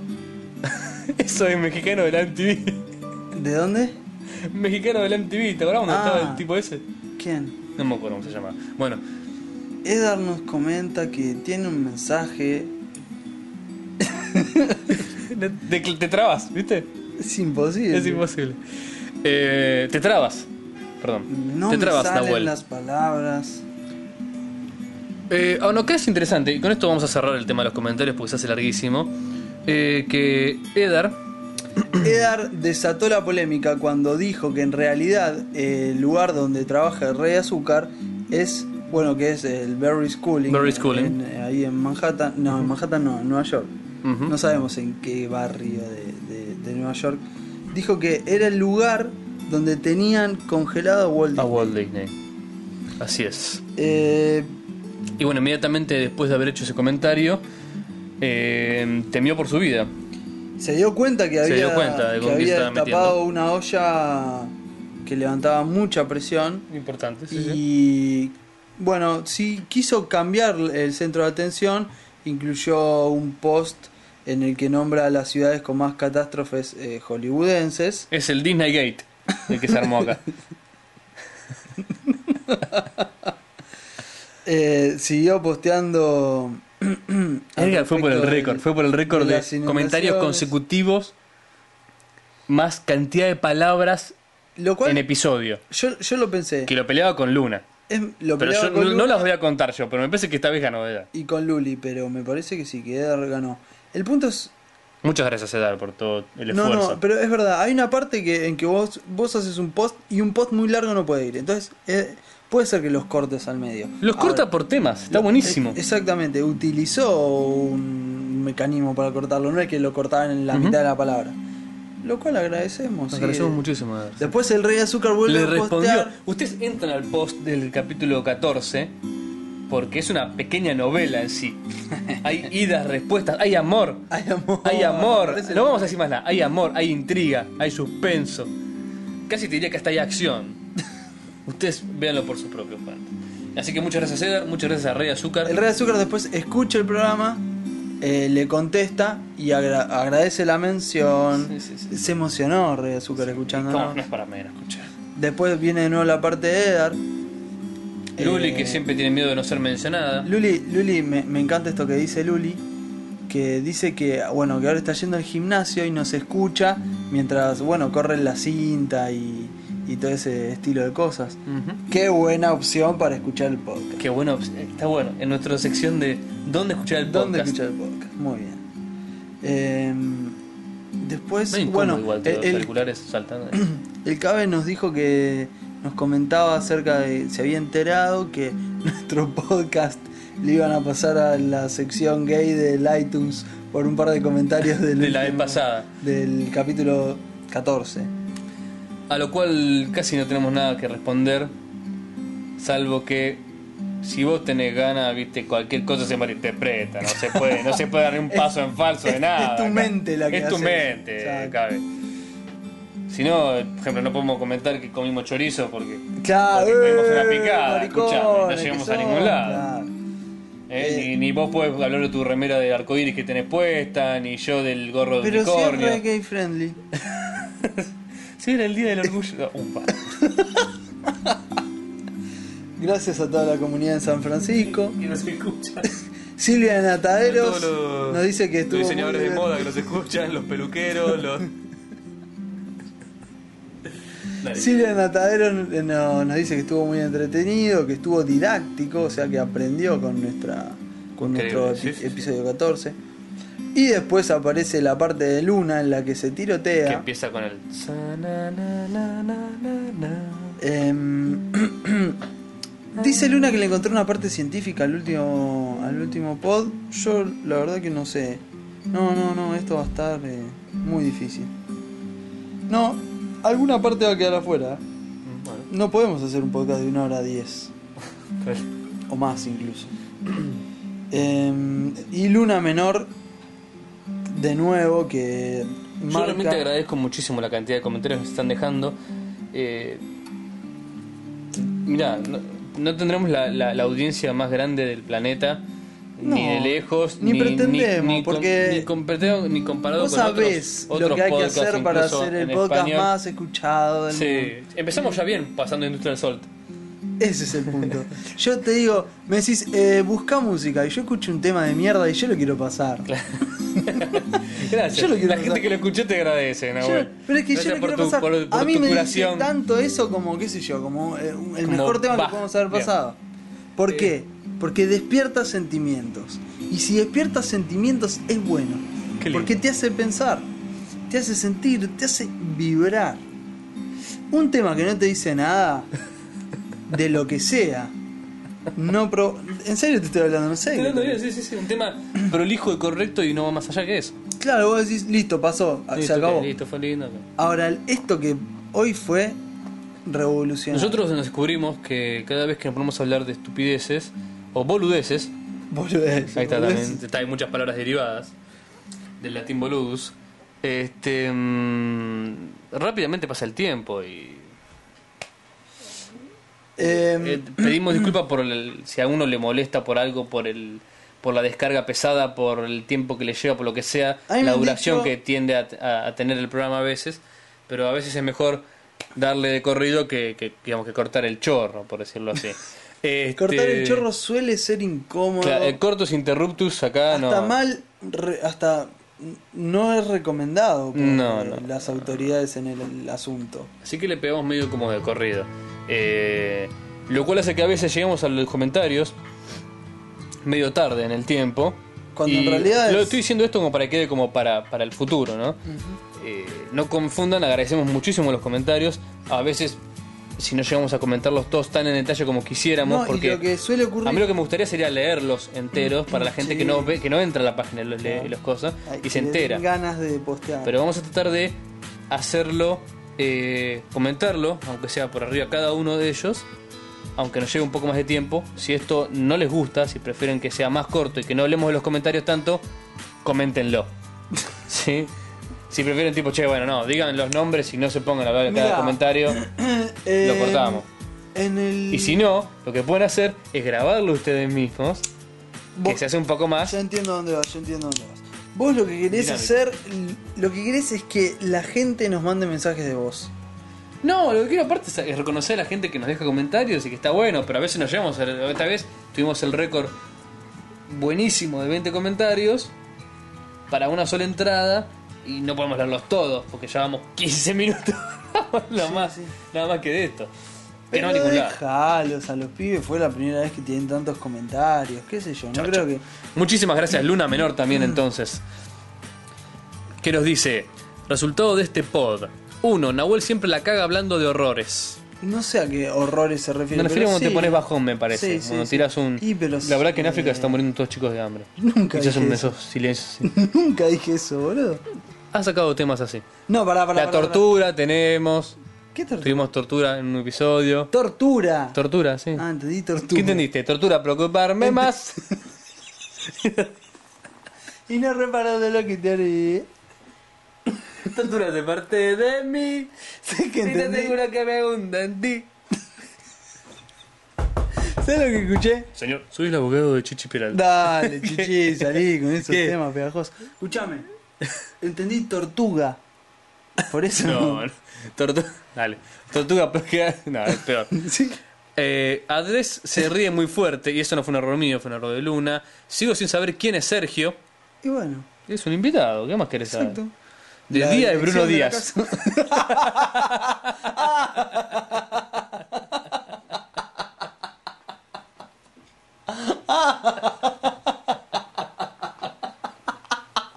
Speaker 1: Eso es mexicano del MTV.
Speaker 2: ¿De dónde?
Speaker 1: mexicano del MTV, ¿te acordás dónde
Speaker 2: Ah.
Speaker 1: estaba el tipo ese?
Speaker 2: ¿Quién?
Speaker 1: No me acuerdo cómo se llama. Bueno,
Speaker 2: Edgar nos comenta que tiene un mensaje.
Speaker 1: de- de- te trabas, ¿viste?
Speaker 2: Es imposible.
Speaker 1: Es imposible. Eh, te trabas. Perdón.
Speaker 2: No
Speaker 1: te
Speaker 2: me
Speaker 1: trabas,
Speaker 2: salen
Speaker 1: Nahuel.
Speaker 2: las palabras.
Speaker 1: Eh, ah, no, que es interesante, y con esto vamos a cerrar el tema de los comentarios porque se hace larguísimo. eh, que Edar.
Speaker 2: Edgar desató la polémica cuando dijo que en realidad eh, el lugar donde trabaja el Rey Azúcar es, bueno, que es el Berry Schooling.
Speaker 1: Berry Schooling.
Speaker 2: en- eh, ahí en Manhattan. No, en Manhattan no, en Nueva York.
Speaker 1: Ujú.
Speaker 2: No sabemos en qué barrio de, de- de Nueva York. Dijo que era el lugar donde tenían congelado a Walt
Speaker 1: A
Speaker 2: Disney.
Speaker 1: Walt Disney. Así es.
Speaker 2: Eh,
Speaker 1: Y bueno, inmediatamente después de haber hecho ese comentario, eh, temió por su vida.
Speaker 2: se dio cuenta que había,
Speaker 1: dio cuenta de con
Speaker 2: que
Speaker 1: quién
Speaker 2: había
Speaker 1: estaba
Speaker 2: destapado
Speaker 1: metiendo.
Speaker 2: una olla que levantaba mucha presión.
Speaker 1: Importante,
Speaker 2: Y bueno, sí quiso cambiar el centro de atención, incluyó un post en el que nombra las ciudades con más catástrofes eh, hollywoodenses.
Speaker 1: Es el Disney Gate el que se armó acá.
Speaker 2: Eh, siguió posteando. al
Speaker 1: Edgar fue por el
Speaker 2: respecto de-
Speaker 1: récord, fue por el récord
Speaker 2: de
Speaker 1: de,
Speaker 2: las
Speaker 1: comentarios
Speaker 2: inundaciones.
Speaker 1: consecutivos más cantidad de palabras
Speaker 2: Lo cual
Speaker 1: en episodio.
Speaker 2: yo, yo lo pensé.
Speaker 1: Que lo peleaba con Luna.
Speaker 2: Es- lo
Speaker 1: Pero
Speaker 2: peleaba
Speaker 1: yo
Speaker 2: con
Speaker 1: no, no
Speaker 2: Lula
Speaker 1: las voy a contar yo, pero me parece que esta vez ganó Edar.
Speaker 2: y con Luli, pero me parece que sí, que Edgar ganó. El punto es.
Speaker 1: Muchas gracias Edar por todo el
Speaker 2: no,
Speaker 1: esfuerzo.
Speaker 2: no, pero es verdad, hay una parte que, en que vos, vos haces un post y un post muy largo no puede ir. Entonces, eh, puede ser que los cortes al medio.
Speaker 1: Los
Speaker 2: Ahora,
Speaker 1: corta por temas, está buenísimo.
Speaker 2: eh, Exactamente, utilizó un mecanismo para cortarlo, no es que lo cortaban en la mitad de la palabra. Lo cual agradecemos.
Speaker 1: Nos
Speaker 2: sí.
Speaker 1: agradecemos muchísimo a Edar.
Speaker 2: Después el rey azúcar vuelve
Speaker 1: Le
Speaker 2: a
Speaker 1: respondió.
Speaker 2: postear.
Speaker 1: Ustedes entran al post del capítulo 14 porque es una pequeña novela en sí. Hay idas, respuestas, hay amor.
Speaker 2: Hay amor.
Speaker 1: Hay amor.
Speaker 2: Oh, Parece-
Speaker 1: No vamos a decir más nada. Hay amor, hay intriga, hay suspenso. Casi te diría que hasta hay acción. Ustedes véanlo por sus propios cuentos. Así que muchas gracias Edgar, muchas gracias a Rey Azúcar.
Speaker 2: El Rey Azúcar después escucha el programa, eh, le contesta y agra- agradece la mención.
Speaker 1: Sí, sí, sí.
Speaker 2: Se emocionó Rey Azúcar escuchando.
Speaker 1: No, no es para menos escuchar.
Speaker 2: Después viene de nuevo la parte de Edar.
Speaker 1: Luli,
Speaker 2: Eh,
Speaker 1: que siempre tiene miedo de no ser mencionada.
Speaker 2: Luli, Luli me, me encanta esto que dice Luli. Que dice que, bueno, que ahora está yendo al gimnasio y nos escucha mientras, bueno, corre la cinta y, y todo ese estilo de cosas.
Speaker 1: Ujú.
Speaker 2: Qué buena opción para escuchar el podcast.
Speaker 1: Qué bueno, está bueno. En nuestra sección de ¿Dónde escuchar el podcast?
Speaker 2: ¿Dónde escuchar el podcast? Muy bien. Em, después,
Speaker 1: Medio incómodo
Speaker 2: bueno,
Speaker 1: igual, todos
Speaker 2: el,
Speaker 1: los
Speaker 2: el-
Speaker 1: auriculares saltando.
Speaker 2: El Cabe nos dijo que nos comentaba acerca de. Se había enterado que nuestro podcast le iban a pasar a la sección gay del iTunes por un par de comentarios del,
Speaker 1: De la vez
Speaker 2: último-
Speaker 1: pasada.
Speaker 2: del capítulo 14.
Speaker 1: A lo cual casi no tenemos nada que responder. Salvo que si vos tenés ganas, viste, cualquier cosa se malinterpreta. No se puede, no se puede dar ni un paso en falso
Speaker 2: es-
Speaker 1: de nada.
Speaker 2: es tu
Speaker 1: acá.
Speaker 2: mente la que
Speaker 1: Es tu
Speaker 2: hace eso.
Speaker 1: mente,
Speaker 2: Exacto.
Speaker 1: cabe. Si no, por ejemplo, no podemos comentar que comimos chorizo porque.
Speaker 2: Claro,
Speaker 1: Porque comimos
Speaker 2: eh,
Speaker 1: una picada,
Speaker 2: maricones
Speaker 1: escuchame, no
Speaker 2: que
Speaker 1: llegamos a
Speaker 2: son,
Speaker 1: ningún lado.
Speaker 2: claro.
Speaker 1: eh,
Speaker 2: Eh.
Speaker 1: ni, ni vos podés hablar de tu remera del arcoíris que tenés puesta, ni yo del gorro de
Speaker 2: Pero
Speaker 1: unicornio.
Speaker 2: siempre es gay friendly.
Speaker 1: Sí, era el día del orgullo. No, upa.
Speaker 2: Gracias a toda la comunidad en San Francisco.
Speaker 1: Que nos escucha.
Speaker 2: Silvia de Nataderos
Speaker 1: Todos los-
Speaker 2: nos dice que estuvo.
Speaker 1: Los diseñadores
Speaker 2: muy
Speaker 1: de
Speaker 2: divertido.
Speaker 1: moda que nos escuchan, los peluqueros, los.
Speaker 4: Dale.
Speaker 2: Silvia Natadero eh, no- nos dice que estuvo muy entretenido, que estuvo didáctico, o sea que aprendió con nuestra con
Speaker 4: Increíble,
Speaker 2: nuestro
Speaker 4: sí,
Speaker 2: epi-
Speaker 4: sí, sí.
Speaker 2: episodio 14. Y después aparece la parte de Luna en la que se
Speaker 4: Que
Speaker 2: tirotea.
Speaker 4: empieza con el.
Speaker 2: Em, dice Luna que le encontró una parte científica al último al último pod. Yo la verdad que no sé. No, no, no, esto va a estar eh, muy difícil. No, alguna parte va a quedar afuera. eh.
Speaker 4: Bueno,
Speaker 2: No podemos hacer un podcast de una hora diez.
Speaker 4: claro.
Speaker 2: o más incluso. Eh, y Luna Menor, de nuevo, que
Speaker 1: Yo
Speaker 2: marca-
Speaker 1: realmente agradezco muchísimo la cantidad de comentarios que se están dejando. Eh, mirá, no, no tendremos la, la- la audiencia más grande del planeta, ni
Speaker 2: No,
Speaker 1: de lejos,
Speaker 2: ni pretendemos,
Speaker 1: ni, con-
Speaker 2: porque
Speaker 1: ni competeo- ni comparado
Speaker 2: Vos
Speaker 1: con otros-
Speaker 2: sabés
Speaker 1: otros
Speaker 2: lo que hay que
Speaker 1: podcasts,
Speaker 2: hacer para
Speaker 1: incluso
Speaker 2: hacer el
Speaker 1: en
Speaker 2: podcast
Speaker 1: español.
Speaker 2: más escuchado del mundo.
Speaker 1: Sí, empezamos ya bien pasando Industrial Salt.
Speaker 2: Ese es el punto. Yo te digo, me decís, eh, busca música y yo escucho un tema de mierda y yo lo quiero pasar.
Speaker 1: Gracias.
Speaker 2: Yo lo quiero
Speaker 1: la
Speaker 2: pasar.
Speaker 1: gente que lo escuchó te agradece,
Speaker 2: Yo-
Speaker 1: Nahuel.
Speaker 2: pero es que yo
Speaker 1: Gracias
Speaker 2: lo
Speaker 1: por
Speaker 2: quiero
Speaker 1: tu,
Speaker 2: pasar.
Speaker 1: por- por
Speaker 2: a mí
Speaker 1: tu
Speaker 2: me
Speaker 1: curación.
Speaker 2: dice tanto eso como, qué sé yo, como eh, un- el
Speaker 1: Como,
Speaker 2: mejor tema
Speaker 1: bah,
Speaker 2: que podemos haber
Speaker 1: bien.
Speaker 2: pasado. ¿Por
Speaker 1: Eh.
Speaker 2: qué? Porque despierta sentimientos. Y si despierta sentimientos es bueno.
Speaker 1: Qué lindo.
Speaker 2: Porque te hace pensar, te hace sentir, te hace vibrar. Un tema que no te dice nada de lo que sea. No pro- En serio te estoy hablando, no sé.
Speaker 1: Estoy dando bien, sí, sí, sí, un tema prolijo y correcto y no va más allá que eso.
Speaker 2: Claro, vos decís, listo, pasó, se
Speaker 1: Listo,
Speaker 2: acabó.
Speaker 1: ok, Listo, fue lindo. ok.
Speaker 2: Ahora, esto que hoy fue revolucionario.
Speaker 1: Nosotros nos descubrimos que cada vez que nos ponemos a hablar de estupideces o boludeces,
Speaker 2: Boludez,
Speaker 1: ahí está
Speaker 2: boludez.
Speaker 1: también, está, hay muchas palabras derivadas del latín boludus, este, mm, rápidamente pasa el tiempo y
Speaker 2: Em,
Speaker 1: eh, pedimos disculpas por el- si a uno le molesta por algo, por el por la descarga pesada, por el tiempo que le lleva, por lo que sea,
Speaker 2: A mí me
Speaker 1: la
Speaker 2: han dicho-
Speaker 1: duración que tiende a, a- a tener el programa a veces, pero a veces es mejor darle de corrido que, que, digamos, que cortar el chorro, por decirlo así. Este-
Speaker 2: cortar el chorro suele ser incómodo.
Speaker 1: Claro, el cortus interruptus acá no.
Speaker 2: hasta mal, re- hasta no es recomendado por
Speaker 1: No, no.
Speaker 2: las autoridades en el, el asunto.
Speaker 1: Así que le pegamos medio como de corrido. Eh, lo cual hace que a veces lleguemos a los comentarios medio tarde en el tiempo.
Speaker 2: Cuando en
Speaker 1: Y
Speaker 2: realidad
Speaker 1: Lo
Speaker 2: es-
Speaker 1: estoy diciendo esto como para que quede como para, para el futuro, ¿no? Eh, no confundan, agradecemos muchísimo los comentarios. A veces, si no llegamos a comentarlos todos tan en detalle como quisiéramos,
Speaker 2: No,
Speaker 1: porque
Speaker 2: y lo que suele ocurrir.
Speaker 1: A mí lo que me gustaría sería leerlos enteros para la gente
Speaker 2: Sí.
Speaker 1: que no ve, que no entra a la página y los lee
Speaker 2: Claro.
Speaker 1: y las cosas
Speaker 2: Ay,
Speaker 1: y se
Speaker 2: que le den
Speaker 1: entera.
Speaker 2: ganas de postear.
Speaker 1: Pero vamos a tratar de hacerlo, eh, comentarlo, aunque sea por arriba cada uno de ellos, aunque nos lleve un poco más de tiempo. Si esto no les gusta, si prefieren que sea más corto y que no hablemos de los comentarios tanto, coméntenlo. ¿Sí? Si prefieren tipo, che, bueno, no, digan los nombres y no se pongan a hablar de cada
Speaker 2: Mirá.
Speaker 1: comentario.
Speaker 2: Em,
Speaker 1: cortamos.
Speaker 2: En el.
Speaker 1: Y si no, lo que pueden hacer es grabarlo ustedes mismos,
Speaker 2: Vos-
Speaker 1: que se hace un poco más.
Speaker 2: Yo entiendo dónde vas, yo entiendo dónde vas. Vos lo que querés
Speaker 1: Dinámico.
Speaker 2: hacer, lo que querés es que la gente nos mande mensajes de voz.
Speaker 1: No, lo que quiero aparte es- es reconocer a la gente que nos deja comentarios y que está bueno, pero a veces nos llevamos, a- esta vez tuvimos el récord buenísimo de 20 comentarios para una sola entrada y no podemos leerlos todos porque llevamos 15 minutos nada, más, nada más que de esto. Que no va a
Speaker 2: Pero
Speaker 1: ningún lado.
Speaker 2: dejalos a los pibes, fue la primera vez que tienen tantos comentarios, qué sé yo, no creo que...
Speaker 1: Muchísimas gracias, Luna Menor también entonces. Que nos dice, resultado de este pod. 1. Nahuel siempre la caga hablando de horrores.
Speaker 2: No sé a qué horrores se refiere.
Speaker 1: Me refiero
Speaker 2: pero
Speaker 1: cuando te
Speaker 2: sí.
Speaker 1: pones bajón, me parece.
Speaker 2: Sí, sí,
Speaker 1: cuando
Speaker 2: sí.
Speaker 1: tiras un.
Speaker 2: Y, pero
Speaker 1: la verdad que en
Speaker 2: sí,
Speaker 1: África se
Speaker 2: eh,
Speaker 1: están muriendo todos chicos de hambre.
Speaker 2: Nunca
Speaker 1: Quizás
Speaker 2: dije
Speaker 1: un de
Speaker 2: eso.
Speaker 1: esos silencios.
Speaker 2: Nunca dije eso, boludo.
Speaker 1: Has sacado temas así.
Speaker 2: No, pará, pará.
Speaker 1: la
Speaker 2: pará, pará.
Speaker 1: tortura tenemos.
Speaker 2: ¿Qué tortura?
Speaker 1: Tuvimos tortura en un episodio.
Speaker 2: Tortura.
Speaker 1: Tortura, sí.
Speaker 2: ah, entendí tortura.
Speaker 1: ¿Qué entendiste? Tortura, preocuparme más.
Speaker 2: Y no reparó de lo que te haré.
Speaker 1: tortura de parte de mí.
Speaker 2: Sé que
Speaker 1: Y te
Speaker 2: entendí.
Speaker 1: aseguro que me hunda en ti.
Speaker 2: ¿Sabes lo que escuché?
Speaker 1: Señor, soy el abogado de Chichi Peralta.
Speaker 2: Dale, chichi, salí con esos
Speaker 1: ¿Qué?
Speaker 2: temas pegajosos. Escuchame, entendí tortuga. Por eso.
Speaker 1: No, no. Tortuga. Dale. Tortuga, pero que- No, es peor.
Speaker 2: Sí.
Speaker 1: Eh, Andrés se ríe muy fuerte, y eso no fue un error mío, fue un error de Luna. Sigo sin saber quién es Sergio.
Speaker 2: Y bueno,
Speaker 1: Es un invitado, ¿qué más querés saber?
Speaker 2: exacto.
Speaker 1: De
Speaker 2: La
Speaker 1: día es Bruno
Speaker 2: dirección de la
Speaker 1: Díaz.
Speaker 2: casa.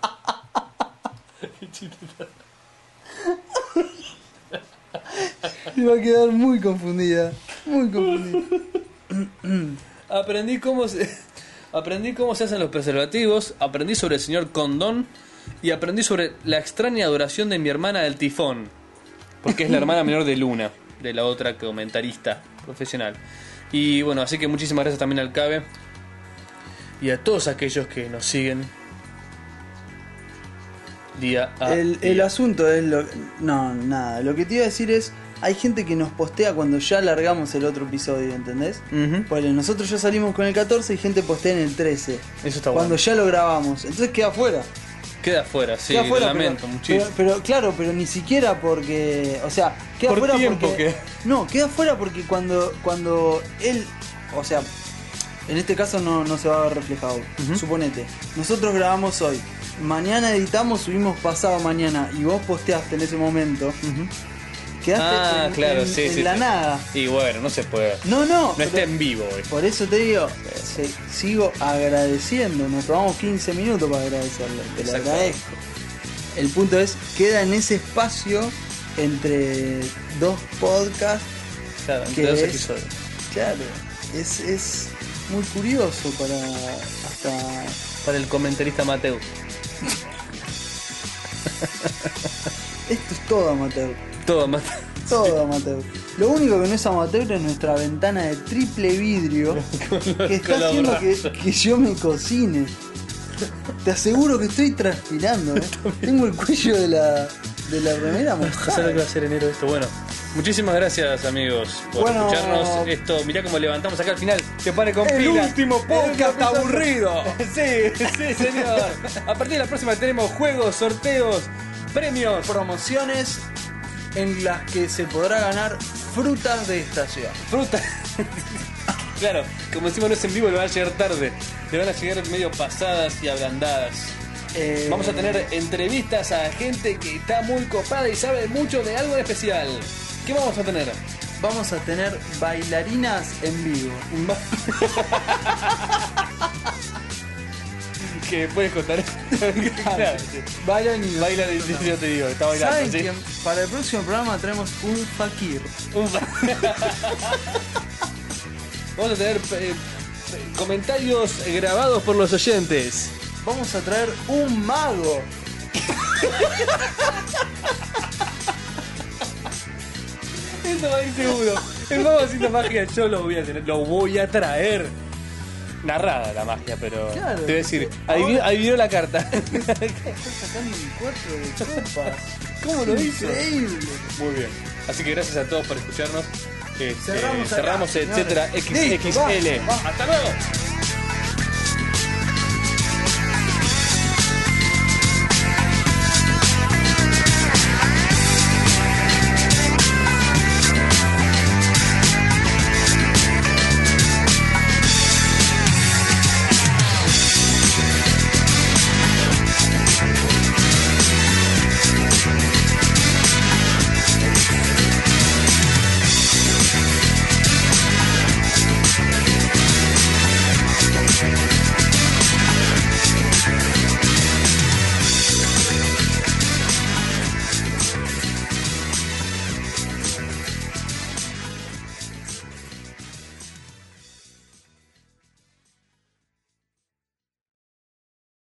Speaker 2: Y va a quedar muy confundida. Muy confundida.
Speaker 1: Aprendí cómo se. Aprendí cómo se hacen los preservativos, aprendí sobre el señor Condón y aprendí sobre la extraña adoración de mi hermana del tifón. Porque es la hermana menor de Luna, de la otra comentarista profesional. Y bueno, así que muchísimas gracias también al Cabe y a todos aquellos que nos siguen día a
Speaker 2: el, el
Speaker 1: día.
Speaker 2: asunto es lo. No, nada. Lo que te iba a decir es. Hay gente que nos postea cuando ya largamos el otro episodio, ¿entendés?
Speaker 1: Ujú.
Speaker 2: Ponele, nosotros ya salimos con el 14 y gente postea en el 13.
Speaker 1: Eso está
Speaker 2: cuando
Speaker 1: bueno.
Speaker 2: ya lo grabamos. Entonces queda afuera.
Speaker 1: Queda afuera, sí,
Speaker 2: queda afuera.
Speaker 1: lo lamento
Speaker 2: pero,
Speaker 1: muchísimo.
Speaker 2: Pero, pero, claro, pero ni siquiera porque. O sea, queda
Speaker 1: Por
Speaker 2: afuera
Speaker 1: tiempo
Speaker 2: porque.
Speaker 1: que-
Speaker 2: No, queda afuera porque cuando, cuando él. O sea, en este caso no, no se va a ver reflejado.
Speaker 1: Ujú.
Speaker 2: Suponete, nosotros grabamos hoy. Mañana editamos, subimos pasado mañana y vos posteaste en ese momento. Quedaste
Speaker 1: Ah,
Speaker 2: en,
Speaker 1: claro,
Speaker 2: en-
Speaker 1: sí,
Speaker 2: en
Speaker 1: sí,
Speaker 2: la
Speaker 1: sí.
Speaker 2: nada.
Speaker 1: Y bueno, no se puede.
Speaker 2: No, no.
Speaker 1: No
Speaker 2: pero-
Speaker 1: está en vivo eh. hoy.
Speaker 2: por eso te digo, se- sigo agradeciendo. Nos tomamos 15 minutos para agradecerle. Te lo
Speaker 1: Exacto.
Speaker 2: agradezco. El punto es, queda en ese espacio entre dos podcasts.
Speaker 1: Claro,
Speaker 2: que
Speaker 1: entre dos
Speaker 2: es-
Speaker 1: episodios.
Speaker 2: Claro, es, es muy curioso para hasta...
Speaker 1: Para el comentarista Mateo.
Speaker 2: Esto es todo amateur.
Speaker 1: Todo Mateo.
Speaker 2: Todo amateur. Lo único que no es amateur es nuestra ventana de triple vidrio que está
Speaker 1: con la
Speaker 2: haciendo que,
Speaker 1: borracha.
Speaker 2: que yo me cocine. Te aseguro que estoy transpirando. ¿eh? Tengo el cuello de la, de la remera
Speaker 1: No sé lo que va
Speaker 2: mojada.
Speaker 1: a ser enero esto. Bueno, muchísimas gracias amigos por
Speaker 2: Bueno.
Speaker 1: escucharnos. Esto, mirá cómo levantamos acá al final. Se pone con
Speaker 2: El
Speaker 1: pila.
Speaker 2: último podcast aburrido.
Speaker 1: Sí, sí, señor. A partir de la próxima tenemos juegos, sorteos, premios,
Speaker 2: Promociones en las que se podrá ganar frutas de estación.
Speaker 1: fruta. Claro, como encima no es en vivo, le van a llegar tarde. Le van a llegar medio pasadas y ablandadas.
Speaker 2: Eh,
Speaker 1: Vamos a tener entrevistas a gente que está muy copada y sabe mucho de algo en especial. ¿Qué vamos a tener?
Speaker 2: Vamos a tener bailarinas en vivo.
Speaker 1: Que puedes contar. Claro, sí.
Speaker 2: Bailan y
Speaker 1: Baila, de- yo te digo, está
Speaker 2: ¿Saben
Speaker 1: bailando, ¿sí?
Speaker 2: quién? Para el próximo programa traemos un fakir.
Speaker 1: Un fa- Vamos a tener eh, comentarios eh, grabados por los oyentes.
Speaker 2: Vamos a traer un mago.
Speaker 1: Eso va a ir seguro. El mago haciendo magia, yo lo voy a tener, lo voy a traer. Narrada la magia, pero
Speaker 2: Claro.
Speaker 1: te voy a decir, adivinó, adivinó la carta.
Speaker 2: Está sacando un cuatro de copas.
Speaker 1: ¿Cómo
Speaker 2: Increíble.
Speaker 1: Muy bien. Así que gracias a todos por escucharnos. Este,
Speaker 2: Cerramos acá,
Speaker 1: cerramos
Speaker 2: señores.
Speaker 1: etcétera,
Speaker 2: Listo,
Speaker 1: XXL.
Speaker 2: basta, basta.
Speaker 1: ¡Hasta luego!